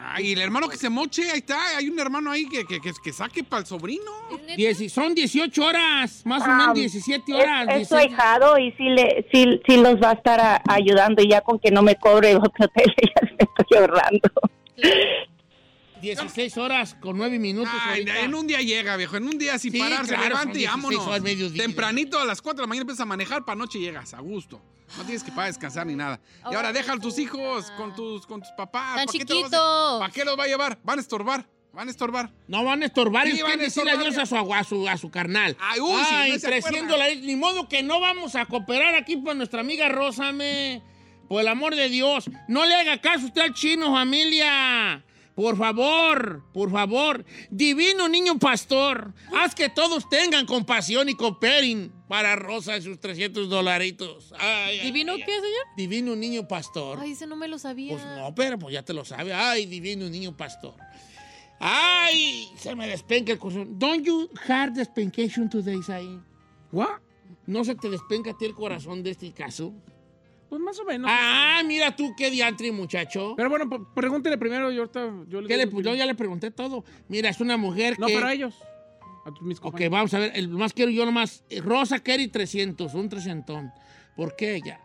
Ay, el hermano que se moche, ahí está. Hay un hermano ahí que, que, que, que saque para el sobrino. Dieci- son 18 horas, más o Ah, menos 17 horas. Es, es su 16. ahijado y sí, le, sí, sí los va a estar a- ayudando y ya con que no me cobre el hotel ya me estoy ahorrando. 16 horas con 9 minutos. Ay, pues, ahorita. en un día llega, viejo. En un día sin Sí, parar, se claro, levanta son y 16 vámonos. horas, mediodía. Tempranito a las 4 de la mañana empiezas a manejar, para noche llegas, a gusto. No tienes que para descansar ni nada. Y ahora deja a tus hijos con tus, con tus papás. Tan ¿Para qué te los vas a- ¿Para qué los va a llevar? Van a estorbar. Van a estorbar. No van a estorbar Sí, y van van a a decir estorbar. adiós a su, agua- a su, a su carnal. Ay, uy, sí, Ay, no se 300 acuerda. dólares. Ni modo que no vamos a cooperar aquí por nuestra amiga Rosame. Por el amor de Dios. No le haga caso usted al chino, familia. Por favor, por favor. Divino niño pastor. Haz que todos tengan compasión y cooperen para Rosa y sus 300 dolaritos. Ay, ay, ¿Divino ay, ay. qué, señor? Divino niño pastor. Ay, ese no me lo sabía. Pues ah. no, pero pues ya te lo sabe. Ay, divino niño pastor. Ay, se me despenca el corazón. Don't you have despencation today, Saí. ¿What? ¿No se te despenca a ti el corazón de este caso? Pues más o menos. Ah, mira tú qué diantri, muchacho. Pero bueno, p- pregúntele primero. Yo, ahorita, yo le ¿Qué digo le- pues, mi yo opinión. ya le pregunté todo. Mira, es una mujer No, que... para ellos. A tus- mis Ok, compañeros. vamos a ver. El más quiero yo nomás. eh, Rosa Kerry 300, un trescientón. ¿Por qué ella?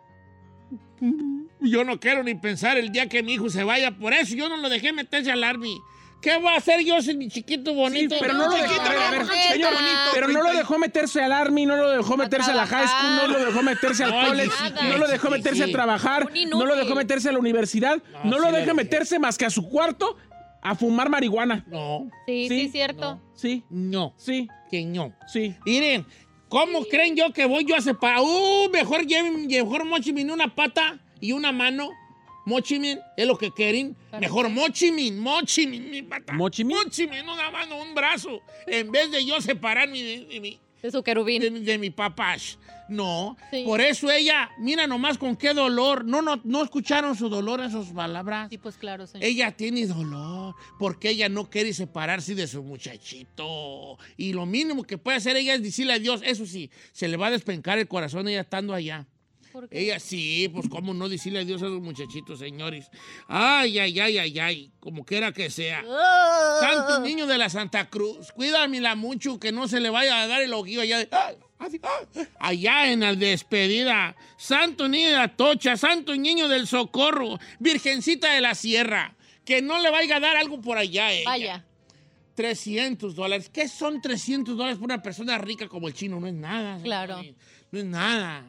Yo no quiero ni pensar el día que mi hijo se vaya. Por eso yo no lo dejé meterse al army. ¿Qué voy a hacer yo sin mi chiquito bonito? Pero no lo dejó, a ver, a ver, señor, pero no lo dejó meterse al army, no lo dejó meterse a la high school, no lo dejó meterse al Oye, college, sí, no lo dejó sí, meterse sí. a trabajar, no lo dejó meterse a la universidad, no, lo deja meterse más que a su cuarto a fumar marihuana. No. Sí, sí, es cierto. Sí. No. Sí. Que no. Sí. Miren, ¿cómo creen yo que voy yo a separar? Uh, mejor lleven, mejor mochimin una pata y una mano. Mochimin, es lo que quieren. Mejor mochimin, mochimin, mi pata. Mochimin. Mochimin, una mano, un brazo. En vez de yo separarme de, de mi... De su querubín. De, mi- de mi papash. No. Sí. Por eso ella, mira nomás con qué dolor. No, no, no escucharon su dolor en sus palabras. Sí, pues claro, señor. Ella tiene dolor porque ella no quiere separarse de su muchachito. Y lo mínimo que puede hacer ella es decirle adiós. Eso sí, se le va a despencar el corazón ella estando allá. Ella sí, pues cómo no decirle adiós a los muchachitos, señores. Ay, ay, ay, ay, ay, como quiera que sea. Santos niños de la Santa Cruz, cuídamela mucho, que no se le vaya a dar el ojillo allá de- ¡Ah! Así, ¡ah! Allá en la despedida, Santo Niño de la Tocha, Santo Niño del Socorro, Virgencita de la Sierra, que no le vaya a dar algo por allá, eh. Vaya. 300 dólares. ¿Qué son 300 dólares para una persona rica como el chino? No es nada. señor. Claro. No es nada.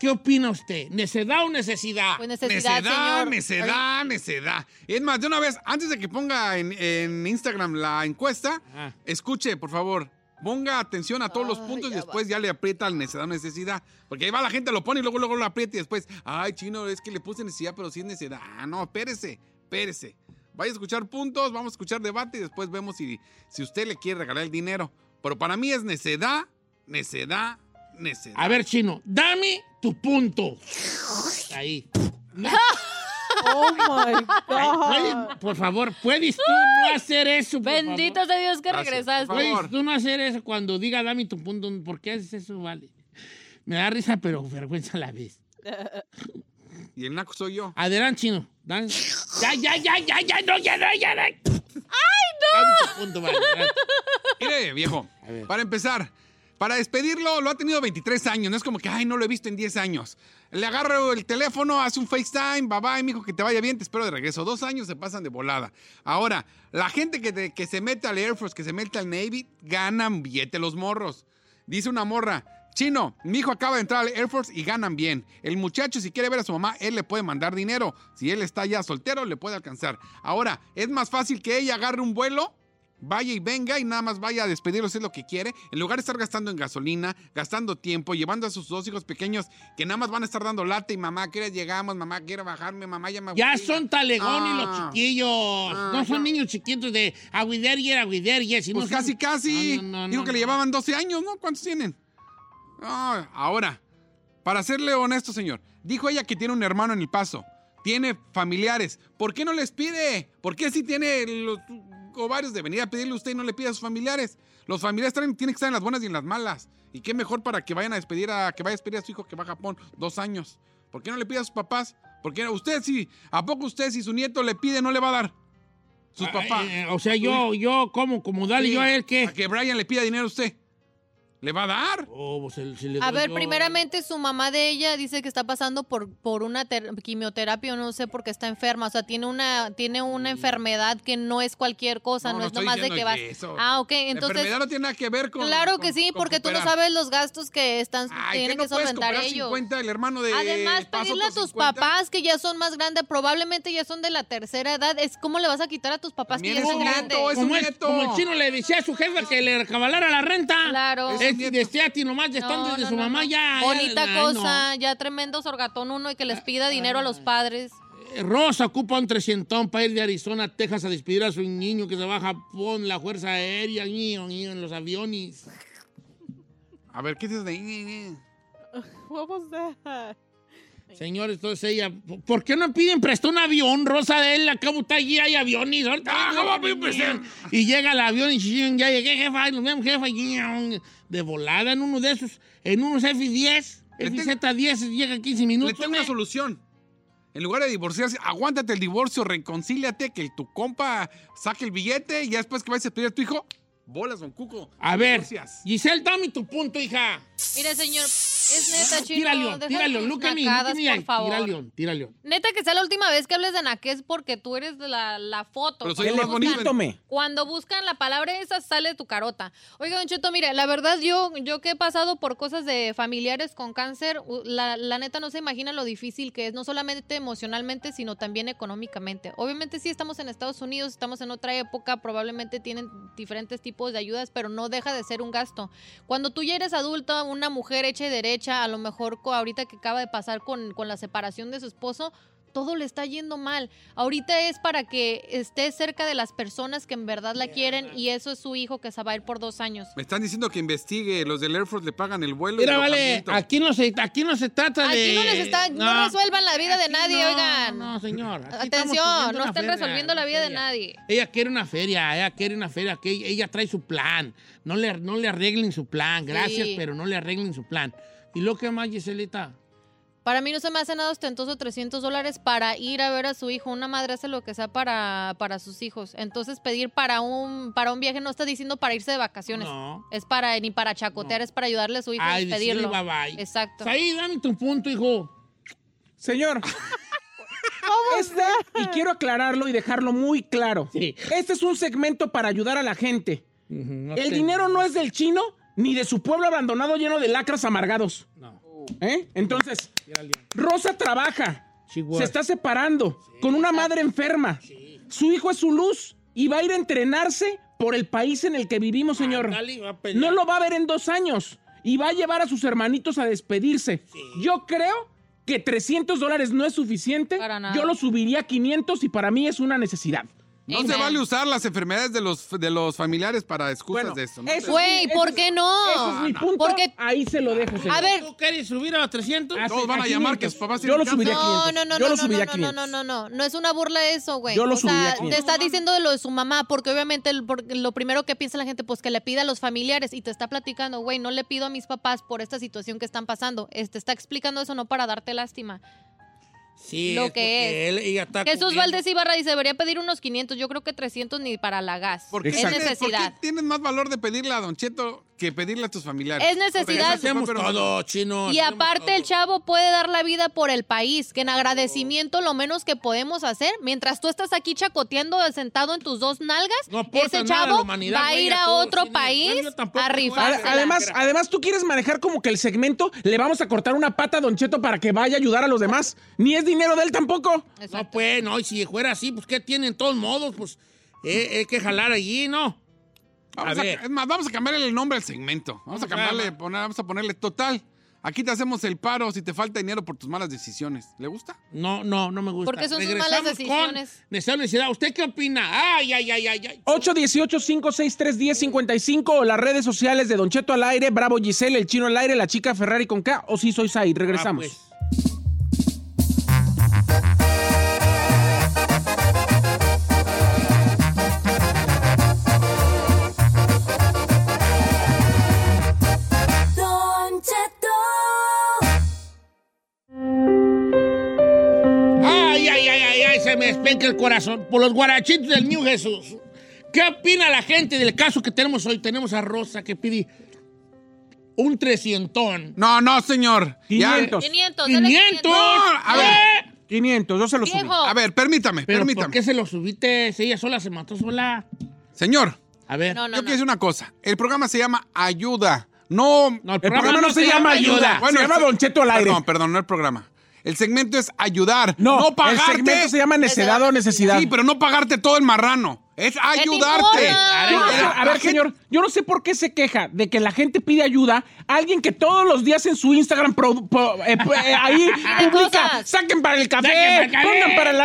¿Qué opina usted? ¿Necedad o necesidad? Pues necesidad, necedad, señor. necedad, necedad. Es más, de una vez, antes de que ponga en, en Instagram la encuesta, escuche, por favor. Ponga atención a todos los puntos y después ya le aprieta al necedad, necesidad. Porque ahí va la gente, lo pone y luego, luego lo aprieta y después, ay, chino, es que le puse necesidad, pero sí es necedad. Ah, no, espérese, espérese. Vaya a escuchar puntos, vamos a escuchar debate y después vemos si, si usted le quiere regalar el dinero. Pero para mí es necedad, necedad, necedad. A ver, chino, dame tu punto. Ahí. Oh my Ay, God. ¿puedes, por favor, ¿puedes tú no hacer eso? por Bendito favor? sea Dios que regresaste. ¿Puedes tú no hacer eso cuando diga dame tu punto? ¿Por qué haces eso, vale? Me da risa, pero vergüenza a la vez. Y el naco soy yo. Adelante, chino. Dan- Ya, ya, ya, ya, ya, no, ya, no, ya, no. Mire, viejo, para empezar, para despedirlo, lo ha tenido 23 años. No es como que, ay, no lo he visto en 10 años. Le agarro el teléfono, hace un FaceTime, bye bye, mijo, que te vaya bien, te espero de regreso. Dos años se pasan de volada. Ahora, la gente que, te- que se mete al Air Force, que se mete al Navy, ganan billete los morros. Dice una morra. Chino, mi hijo acaba de entrar al Air Force y ganan bien. El muchacho, si quiere ver a su mamá, él le puede mandar dinero. Si él está ya soltero, le puede alcanzar. Ahora, es más fácil que ella agarre un vuelo vaya y venga y nada más vaya a despedirlo, es lo que quiere, en lugar de estar gastando en gasolina, gastando tiempo, llevando a sus dos hijos pequeños que nada más van a estar dando lata y mamá, ¿qué hora llegamos? Mamá, quiero bajarme, mamá, ya me Ya aburrí". son talegones los Ah. chiquillos. no son niños chiquitos de aguider y aguider y así. Pues casi, casi. Dijo que le llevaban 12 años, ¿no? ¿Cuántos tienen? Ah, ahora, para serle honesto, señor, dijo ella que tiene un hermano en El Paso, tiene familiares. ¿Por qué no les pide? ¿Por qué si tiene los ovarios de venir a pedirle a usted y no le pide a sus familiares? Los familiares traen- tienen que estar en las buenas y en las malas. ¿Y qué mejor para que vayan a despedir a que vaya a despedir a su hijo que va a Japón dos años? ¿Por qué no le pide a sus papás? ¿Por qué usted si a poco usted si su nieto le pide no le va a dar? Sus papás. eh, o sea, yo- yo, ¿cómo? ¿Cómo dale yo a él qué? A que Brian le pida dinero a usted. ¿Le va a dar? Oh, pues él sí le A doy ver, yo. primeramente su mamá de ella dice que está pasando por, por una ter- quimioterapia o no sé por qué está enferma. O sea, tiene una, tiene una enfermedad que no es cualquier cosa, no, no es estoy nomás de diciendo que vas. eso. Ah, ok, la entonces. enfermedad no tiene nada que ver con. Claro con- que sí, con porque tú no cooperar. sabes los gastos que están Ay, tienen ¿qué no que puedes solventar comprar ellos. 50 el hermano de. Además, Paso pedirle a por tus 50? papás que ya son más grandes, probablemente ya son de la tercera edad, es cómo le vas a quitar a tus papás También que ya es son un grandes. nieto, es Pues un Como es- nieto. como el chino le decía a su jefe que le recabalara la renta. Claro. Es un nieto. Decía a ti nomás, ya están desde su mamá ya. ya- Bonita ay, no. cosa, ya tremendo sorgatón uno y que les pida dinero a los padres. Rosa ocupa un trecentón para ir de Arizona a Texas a despedir a su niño que se va a Japón, la Fuerza Aérea, niño, niño, en los aviones. A ver, ¿qué dices de.? What was that? Señores, entonces ella, ¿por qué no piden prestó un avión, Rosa de él? Acabo está allí, hay aviones. ahorita- Ah, Y llega el avión y ching, ya llegué, jefa, y nos vemos, jefa, y de volada en uno de esos, en unos F-10, FZ-10, llega 15 minutos. Le tengo una solución. En lugar de divorciarse, aguántate el divorcio, reconcíliate, que tu compa saque el billete y ya después que vayas a pedir a tu hijo, bolas, don Cuco. A ver, Divorcias. Giselle, dame tu punto, hija. Mire, señor, es neta, chino. Tira León, deja tira León, tus look at me, look nacadas, at me por ahí. favor. Tira León, tira León. Neta que sea la última vez que hables de naqués porque tú eres de la, la foto. Pero soy el Cuando más buscan- bonito, me. Cuando buscan la palabra esa sale tu carota. Oiga, Don Cheto, mire, la verdad yo, yo que he pasado por cosas de familiares con cáncer, u- la, la neta no se imagina lo difícil que es, no solamente emocionalmente, sino también económicamente. Obviamente sí estamos en Estados Unidos, estamos en otra época, probablemente tienen diferentes tipos de ayudas, pero no deja de ser un gasto. Cuando tú ya eres adulta, una mujer hecha y derecha, a lo mejor co- ahorita que acaba de pasar con, con la separación de su esposo, todo le está yendo mal. Ahorita es para que esté cerca de las personas que en verdad la quieren y eso es su hijo que se va a ir por dos años. Me están diciendo que investigue, los del Air Force le pagan el vuelo. y Mira, el vale, alojamiento. aquí no se, aquí no se trata de... Aquí no les está, no, resuelvan la vida de nadie, no, oigan. No, señor. aquí estamos Atención, pidiendo una no están feria, resolviendo la vida de nadie. Ella quiere una feria, ella quiere una feria, que ella, ella trae su plan. No le, no le arreglen su plan, gracias, Sí. pero no le arreglen su plan. ¿Y lo que más, Giselita? Para mí no se me hace nada ostentoso 300 dólares para ir a ver a su hijo. Una madre hace lo que sea para, para sus hijos. Entonces pedir para un, para un viaje no está diciendo para irse de vacaciones. No. Es para ni para chacotear, es para ayudarle a su hijo Ay, y pedirlo. decirle bye bye. Exacto. Ahí, dame tu punto, hijo. Señor. Este, y quiero aclararlo y dejarlo muy claro. Este es un segmento para ayudar a la gente. El dinero no es del chino ni de su pueblo abandonado lleno de lacras amargados. ¿Eh? Entonces, Rosa trabaja. Se está separando con una madre enferma. Su hijo es su luz y va a ir a entrenarse por el país en el que vivimos, señor. Ándale, va a pelear. No lo va a ver en dos años y va a llevar a sus hermanitos a despedirse. Yo creo que 300 dólares no es suficiente. nada. Yo lo subiría a 500 y para mí es una necesidad. No se vale usar las enfermedades de los, de los familiares para excusas de eso. ¿no? eso Güey, ¿por qué no? ese es mi No, no. punto. Porque- Ahí se lo dejo, señor. A ver, ¿Tú quieres subir a 300? Ah, sí, Todos van a aquí llamar que mientras- sus papás Yo lo tienen subiría a cáncer. 500. no, no, no, Yo no, lo no, subiría a no, no, 500. no, no, no, no es una burla eso, güey. Yo lo o subiría a sea, 500. te está diciendo de lo de su mamá, porque obviamente el- por- lo primero que piensa la gente, pues que le pida a los familiares y te está platicando, güey, no le pido a mis papás por esta situación que están pasando. Eh, Te está explicando eso no para darte lástima. Sí, Lo es que porque es. él- ella está Jesús cubriendo. Valdés Ibarra dice, debería pedir unos 500, yo creo que 300 ni para la gas. ¿Por qué es tienes- necesidad. por qué tienes más valor de pedirle a Don Cheto que pedirle a tus familiares? Es necesidad. Eso hacemos todo, chino. Y aparte el chavo puede dar la vida por el país, que en agradecimiento lo menos que podemos hacer, mientras tú estás aquí chacoteando sentado en tus dos nalgas, No aporta ese nada a la chavo humanidad, va a güey, ir a a todo, otro sí, no, país yo tampoco, a güey. Ad- rifarse. Además, además, tú quieres manejar como que el segmento le vamos a cortar una pata a Don Cheto para que vaya a ayudar a los demás. Ni es dinero de él tampoco. No, pues, no, y si fuera así, pues, ¿qué tienen todos modos? Pues, eh, hay que jalar allí, ¿no? Vamos A a- ver. es más, vamos a cambiarle el nombre al segmento. Vamos a cambiarle, poner- vamos a ponerle total. Aquí te hacemos el paro si te falta dinero por tus malas decisiones. ¿Le gusta? No, no, no me gusta. Porque son sus Regresamos malas decisiones. Con Necesidad, necesidad. ¿Usted qué opina? Ay, ay, ay, ay, ay. 818-563-1055 o las redes sociales de Don Cheto al aire, Bravo Giselle, el chino al aire, la chica Ferrari con K o si soy Sai. Regresamos. Ah, pues. Don Cheto. Ay, ay, ay, ay, ay, se me despenca el corazón por los guarachitos del New Jesús. ¿Qué opina la gente del caso que tenemos hoy? Tenemos a Rosa que pide un trescientón. No, no, señor. Ya- 500. 500, dale 500. A ver. ¿Eh? 500, yo se lo subí. Viejo. A ver, permítame, Pero ¿por permítame. qué se lo subiste? Si ella sola se mató sola. Señor, A ver. No, yo no, no. quiero decir una cosa. El programa se llama Ayuda. No, No, el El programa no se llama ayuda. Bueno, se el llama se- Don Cheto al aire. Perdón, perdón, no el programa. El segmento es ayudar, No, no, pagarte. el segmento se llama necedad o necesidad. Sí, pues, pero no pagarte todo el marrano. Es ayudarte. importa? Yo no Porque sé- la- a la ver, gente- señor, yo no sé por qué se queja de que la gente pide ayuda a alguien que todos los días en su Instagram pro- pro- eh, pu- eh, ahí publica, cosas. saquen para el café, Saquen para el café, pongan para la saquen para la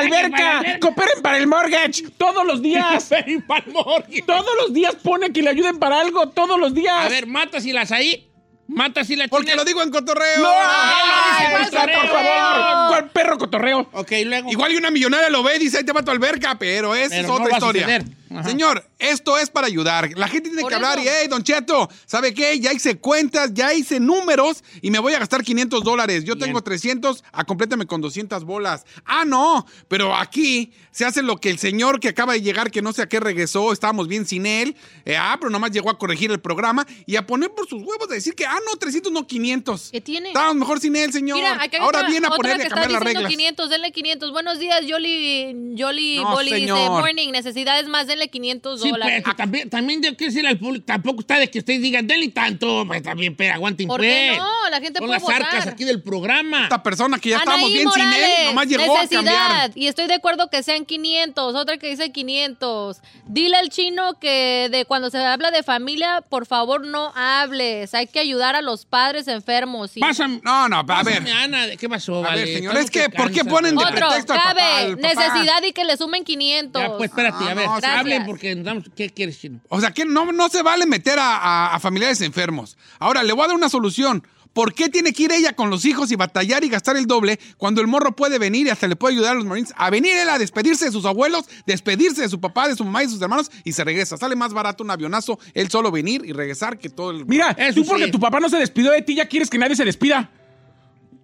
alberca, alberca". cooperen para el mortgage, todos los días. Felipe Almorgui. Todos los días pone que le ayuden para algo, todos los días. A ver, mata si las ahí. Mata si las Porque lo digo en cotorreo. no, ay, ay, basta, por cotorreo. favor. ¿Cuál perro cotorreo? Ok, luego. Igual y una millonaria lo ve y dice, ahí te va tu alberca, pero esa Pero es no otra va a historia. suceder. Ajá. Señor, esto es para ayudar. La gente tiene Por que hablar eso. y, hey, don Cheto, ¿sabe qué? Ya hice cuentas, ya hice números y me voy a gastar 500 dólares. Yo tengo 300, a complétame con 200 bolas. Ah, no, pero aquí se hace lo que el señor que acaba de llegar, que no sé a qué regresó, estábamos bien sin él. Eh, ah, pero nomás llegó a corregir el programa y a poner por sus huevos a decir que, ah, no, 300, no 500. ¿Qué tiene? Estábamos mejor sin él, señor. Mira, acá hay Ahora otra- viene a otra ponerle que a está cambiar las diciendo reglas. 500, denle 500. Buenos días, Yoli, Yoli No, Boli dice, señor. morning, necesidades más, denle 500 Sí, dólares. pues, también, también yo quiero decir al público, tampoco está de que ustedes digan, denle tanto, pues también, pero aguanten, ¿Por pues. qué no? La gente Son puede las arcas votar. aquí del programa. esta persona que ya estábamos Anaí bien sin él, Morales, nomás llegó necesidad. a cambiar. Y estoy de acuerdo que sean 500, otra que dice 500. Dile al chino que de cuando se habla de familia, por favor no hables. Hay que ayudar a los padres enfermos. ¿sí? Pásame. No, no, a ver. Pásame, Ana, ¿de ¿qué pasó? A vale? ver, señor, Todo es te que, ¿por qué cansa, ponen de vale. Otro, pretexto al papá, cabe, al papá. necesidad y que le sumen 500. Ya, pues espérate, Ah, a ver, no, sí. hable Gracias. porque nos vamos- ¿qué quieres, Chino? O sea, que no, no se vale meter a, a- a familiares enfermos. Ahora, le voy a dar una solución. ¿Por qué tiene que ir ella con los hijos y batallar y gastar el doble cuando el morro puede venir y hasta le puede ayudar a los Marines a venir él a despedirse de sus abuelos, despedirse de su papá, de su mamá y de sus hermanos y se regresa? Sale más barato un avionazo él solo venir y regresar que todo el... Mira, Eso tú porque sí. tu papá no se despidió de ti, ya quieres que nadie se despida.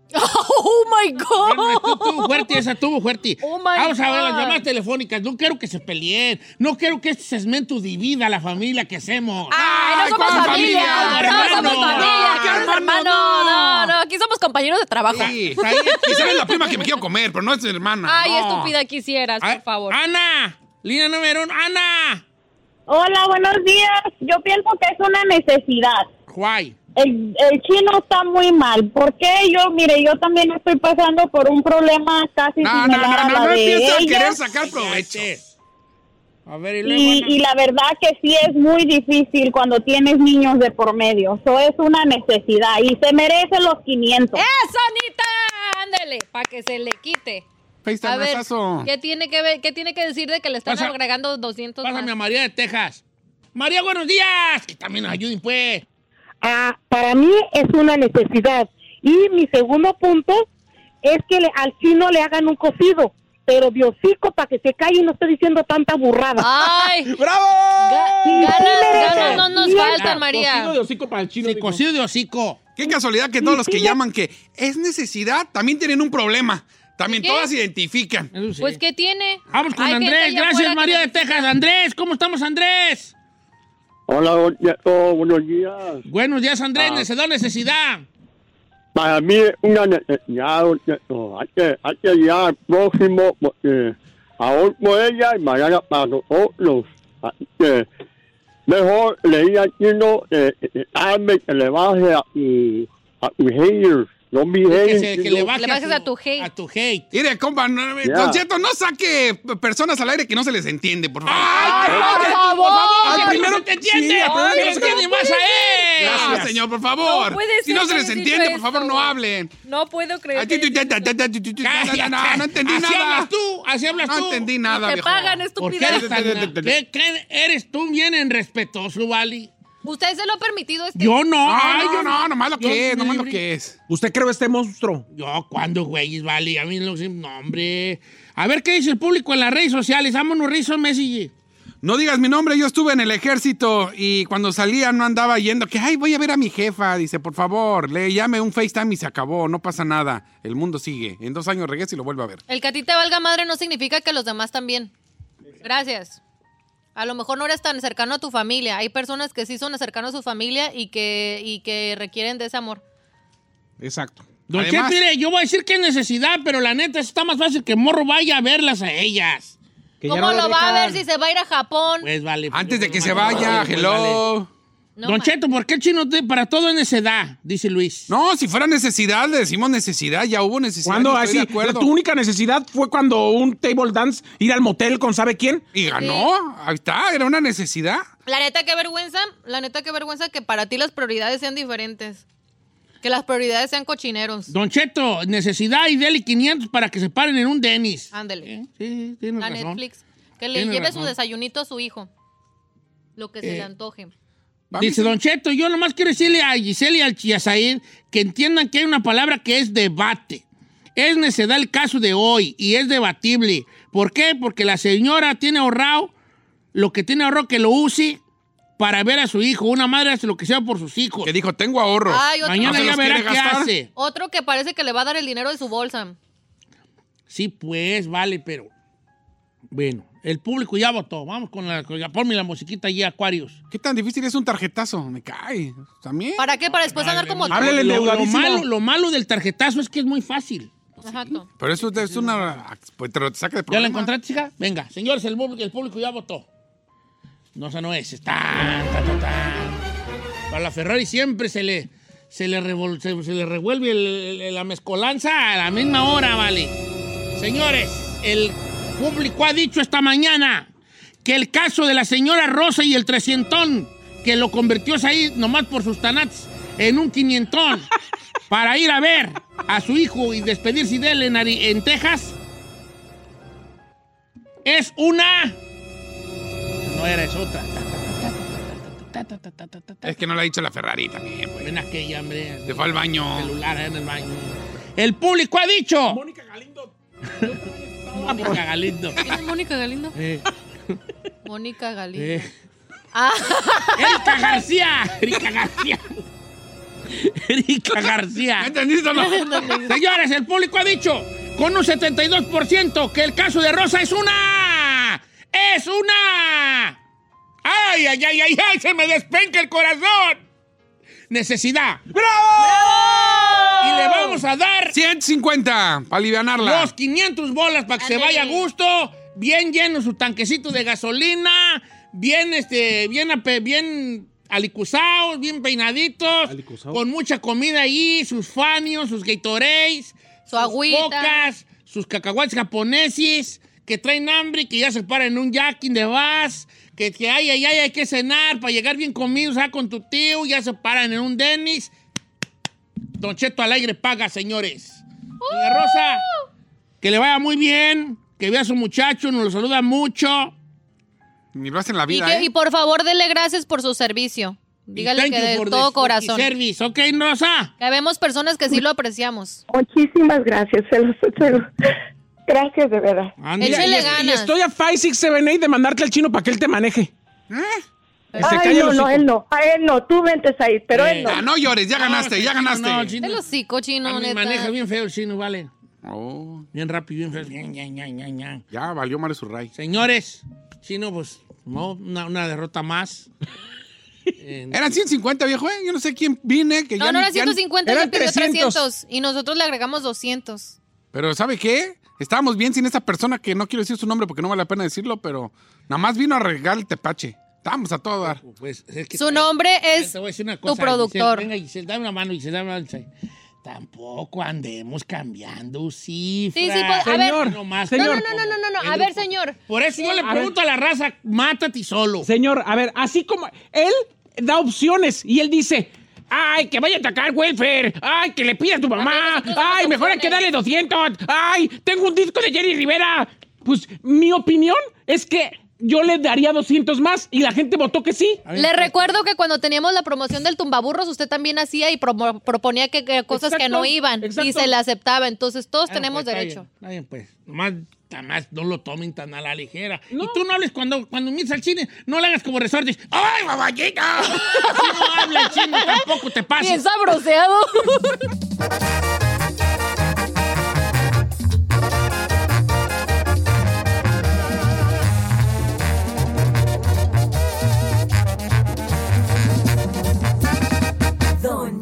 Oh my God. Bueno, estuvo fuerte, esa estuvo fuerte. Oh my Vamos a ver las God. llamadas telefónicas. No quiero que se peleen. No quiero que este segmento divida a la familia que hacemos. Ay, no somos ¿cuál familia, no somos hermano? familia, No, aquí somos hermanos, no, no, aquí somos compañeros de trabajo. Sí. Quizá eres la prima que me quiero comer, pero no es mi hermana. Ay, No. estúpida, quisieras, Ah, por favor. Ana, Lina número uno, Ana. Hola, buenos días. Yo pienso que es una necesidad. Guay. El, el chino está muy mal. ¿Por qué? Yo, mire, yo también estoy pasando por un problema casi No, no, similar no, a la no, no de empieces a ella. querer sacar provecho. A ver, y luego. Y, Ana. y la verdad que sí es muy difícil cuando tienes niños de por medio. Eso es una necesidad y se merece los 500. ¡Eso, Anita! Ándele, para que se le quite. Ahí está A el ver, brazazo. ¿qué tiene que, ver, ¿qué tiene que decir de que le están Pasa- agregando 200 Pásame a más? María de Texas. María, buenos días. Que también nos ayuden, pues. Ah, para mí es una necesidad. Y mi segundo punto es que le- al chino le hagan un cocido, pero de hocico para que se calle y no esté diciendo tanta burrada. Ah. ¡Ay! ¡Bravo! ganas, ganas no nos faltan, María. Cocido de hocico para el chino. dijo. Cocido de hocico. Qué casualidad que todos los que llaman que es necesidad también tienen un problema. También ¿Qué? todas se identifican. Pues, ¿qué tiene? Vamos Ah, con Hay gente Andrés. allá Gracias, afuera que María de nos- Texas. Andrés, ¿cómo estamos, Andrés? Hola, buen día a todos, buenos días. Buenos días, Andrés. Ah. Necesidad, necesidad. Para mí es una necesidad, don Cheto. hay que, hay que ayudar al próximo porque aún por ella y mañana para nosotros. Así que mejor leí al chino eh, eh, eh, hazme que le baje a tu, a tu haters, no mi haters. sino- Le bajes a tu hate. A tu hate. Mire, compa, no, Ya. Don Cheto, no saque personas al aire que no se les entiende, por favor. ¡Por favor! Al primero te entiende! Sí, al primero ¡Ay, que no se te entiende. animas a él! Gracias, señor, por favor. No puede si ser no se que les hayas entiende, dicho por favor, esto. no hablen. No puedo creer. que- No, no, no entendí Así nada. hablas tú, así hablas No tú. entendí nada, Te viejo. pagan, ¿Por estúpida. qué eres tan- ¿Qué- qué- eres tú bien en respetuoso, Vali? Usted se lo ha permitido. Este... Yo no. No, Ay, no, yo no, nomás lo que Yo es, nomás libre. lo que es. ¿Usted creó este monstruo? Yo, cuando, güey? Vali? A mí no sé, no, hombre. A ver qué dice el público en las redes sociales. Vámonos, Rizzo Messi. No digas mi nombre, yo estuve en el ejército y cuando salía no andaba yendo que, ay, voy a ver a mi jefa. Dice, por favor, le llame un FaceTime y se acabó, no pasa nada. El mundo sigue. En dos años regresa y lo vuelve a ver. El que a ti te valga madre no significa que los demás también. Gracias. A lo mejor no eres tan cercano a tu familia. Hay personas que sí son cercanos a su familia y que, y que requieren de ese amor. Exacto. Don Además- Cheto, mire, yo voy a decir que es necesidad, pero la neta sí está más fácil que Morro vaya a verlas a ellas. Que ¿Cómo lo va a ver si se va a ir a Japón? Pues vale. Antes de que se no, vaya, pues, hello. No, Don ma- Cheto, ¿por qué el chino te- para todo en esa edad? Dice Luis. No, si fuera necesidad, le decimos necesidad, ya hubo necesidad. Cuando yo estoy Ah, así, de acuerdo. tu única necesidad fue cuando un table dance, ir al motel con sabe quién. Y ganó, ahí está, era una necesidad. La neta, qué vergüenza. La neta, qué vergüenza que para ti las prioridades sean diferentes. Que las prioridades sean cochineros. Don Cheto, necesidad y dele 500 para que se paren en un Denis. Ándele. Sí, tienes a razón. Netflix. Que le Tienes lleve razón. su desayunito a su hijo. Lo que se Eh. le antoje. Pa' mí Dice Don Cheto, yo nomás quiero decirle a Giselle y al Chiasaid que entiendan que hay una palabra que es debate. Es necedad el caso de hoy y es debatible. ¿Por qué? Porque la señora tiene ahorrado lo que tiene ahorrado que lo use para ver a su hijo. Una madre hace lo que sea por sus hijos. Que dijo, tengo ahorro. Ay, otro, Mañana ¿No se ya los verá quiere qué gastar? hace. otro que parece que le va a dar el dinero de su bolsa. Sí, pues, vale, pero... Bueno, el público ya votó. Vamos con la... con la- Ponme la musiquita allí, Acuarios. ¿Qué tan difícil es un tarjetazo? Me cae. También. ¿Para qué? Para después andar como Háblele Lo- lo, endeudadísimo. malo, lo malo del tarjetazo es que es muy fácil. Exacto. Pero eso es una. Pues te lo saca de ¿Ya la problema. encontraste, hija? Venga, señores, el público, el público ya votó. No, esa no es. Es Tan, tan, tan, tan. Para la Ferrari siempre se le, se le, revol- se, se le revuelve el- el- la mezcolanza a la misma hora, vale. Señores, el público ha dicho esta mañana que el caso de la señora Rosa y el trescientón, que lo convirtió ahí nomás por sus tanats en un quinientón, para ir a ver a su hijo y despedirse de él en, Ari- en Texas, es una. No era, es otra. Es que no la ha dicho la Ferrari también, güey. Ven aquella, hombre. Se fue al baño. Celular allá en el baño. El público ha dicho. Mónica Galindo. Ah, Mónica Galindo. ¿Quién es Mónica Galindo? Eh, Mónica Galindo. eh. Ah, Erika García. Erika García. Erika García. ¿Entendiste o no? Señores, el público ha dicho con un 72% que el caso de Rosa es una. ¡Es una! ¡Ay, ay, ay, ay, ay! ¡Se me despenca el corazón! Necesidad. ¡Bravo! Y le vamos a dar. 150 para alivianarla. Los 500 bolas para que se vaya a gusto. Bien lleno su tanquecito de gasolina. Bien, este, bien, ape- bien alicuzados, bien peinaditos. Con mucha comida ahí. Sus fanios, sus gatorades. Su agüita. Sus cocas, sus cacahuates japoneses. Que traen hambre y que ya se paran en un jacking de vas. Que, que ay, ay, ay, hay que cenar para llegar bien comidos. ah, con tu tío. Ya se paran en un Dennis. Don Cheto al aire paga, señores. ¡Uh! Doña Rosa, que le vaya muy bien, que vea a su muchacho, nos lo saluda mucho. Ni lo hacen la ¿eh? Y, ¿eh? que- y por favor, dele gracias por su servicio. Dígale que de todo corazón. Service, ok, Rosa. Que vemos personas que sí lo apreciamos. Muchísimas gracias, se los, se los- Gracias de verdad. Mira, y, y estoy a 5678 de mandarte al chino para que él te maneje. ¿Eh? Que se Ay, calle Eh, no, el no, hocico. él no, a él no, tú ventes ahí, pero él no. Ah, no llores, ya ganaste, ya ganaste. Te lo hocico, chino, Ah, Me neta. maneja bien feo el chino, vale. Bien rápido, bien feo. Oh, Ya valió madre su ray. Señores, chino, pues, no, una, una derrota más. Eh, Eran 150, viejo, ¿eh? Yo no sé quién vine. Que No, ya no ni- era ya ni- 150, él le pidió 300 y nosotros le agregamos 200. Pero ¿sabe qué? Estábamos bien sin esa persona que no quiero decir su nombre porque no vale la pena decirlo, pero nada más vino a regalar el tepache. Estábamos a todo dar. Pues, es que Su nombre es Te voy a decir una tu cosa, Giselle. productor. venga, Giselle, dame una mano, Giselle, dame una mano, Giselle. Tampoco andemos cambiando cifras. Sí, sí, pues, a ver. Señor, No más, señor. no, no, No, no, no, a ver, señor. Por eso yo le pregunto a la raza, mátate solo. Señor, a ver, así como él da opciones y él dice, ay, que vaya a atacar welfare, ay, que le pida a tu mamá, ay, mejor hay que darle 200, ay, tengo un disco de Jerry Rivera. Pues mi opinión es que yo le daría 200 más y la gente votó que sí. Le recuerdo que cuando teníamos la promoción del tumbaburros, usted también hacía y promo- proponía que, que cosas que Exacto, no iban y exacto. se le aceptaba. Entonces todos Bueno, tenemos pues, está derecho. bien, está bien, pues. Nomás, nomás no lo tomen tan a la ligera. Y tú no hables cuando, cuando mires al cine, no le hagas como resortes. ¡Ay, baballita! Así no habla el chino, tampoco te pases. Bien sabroseado. Don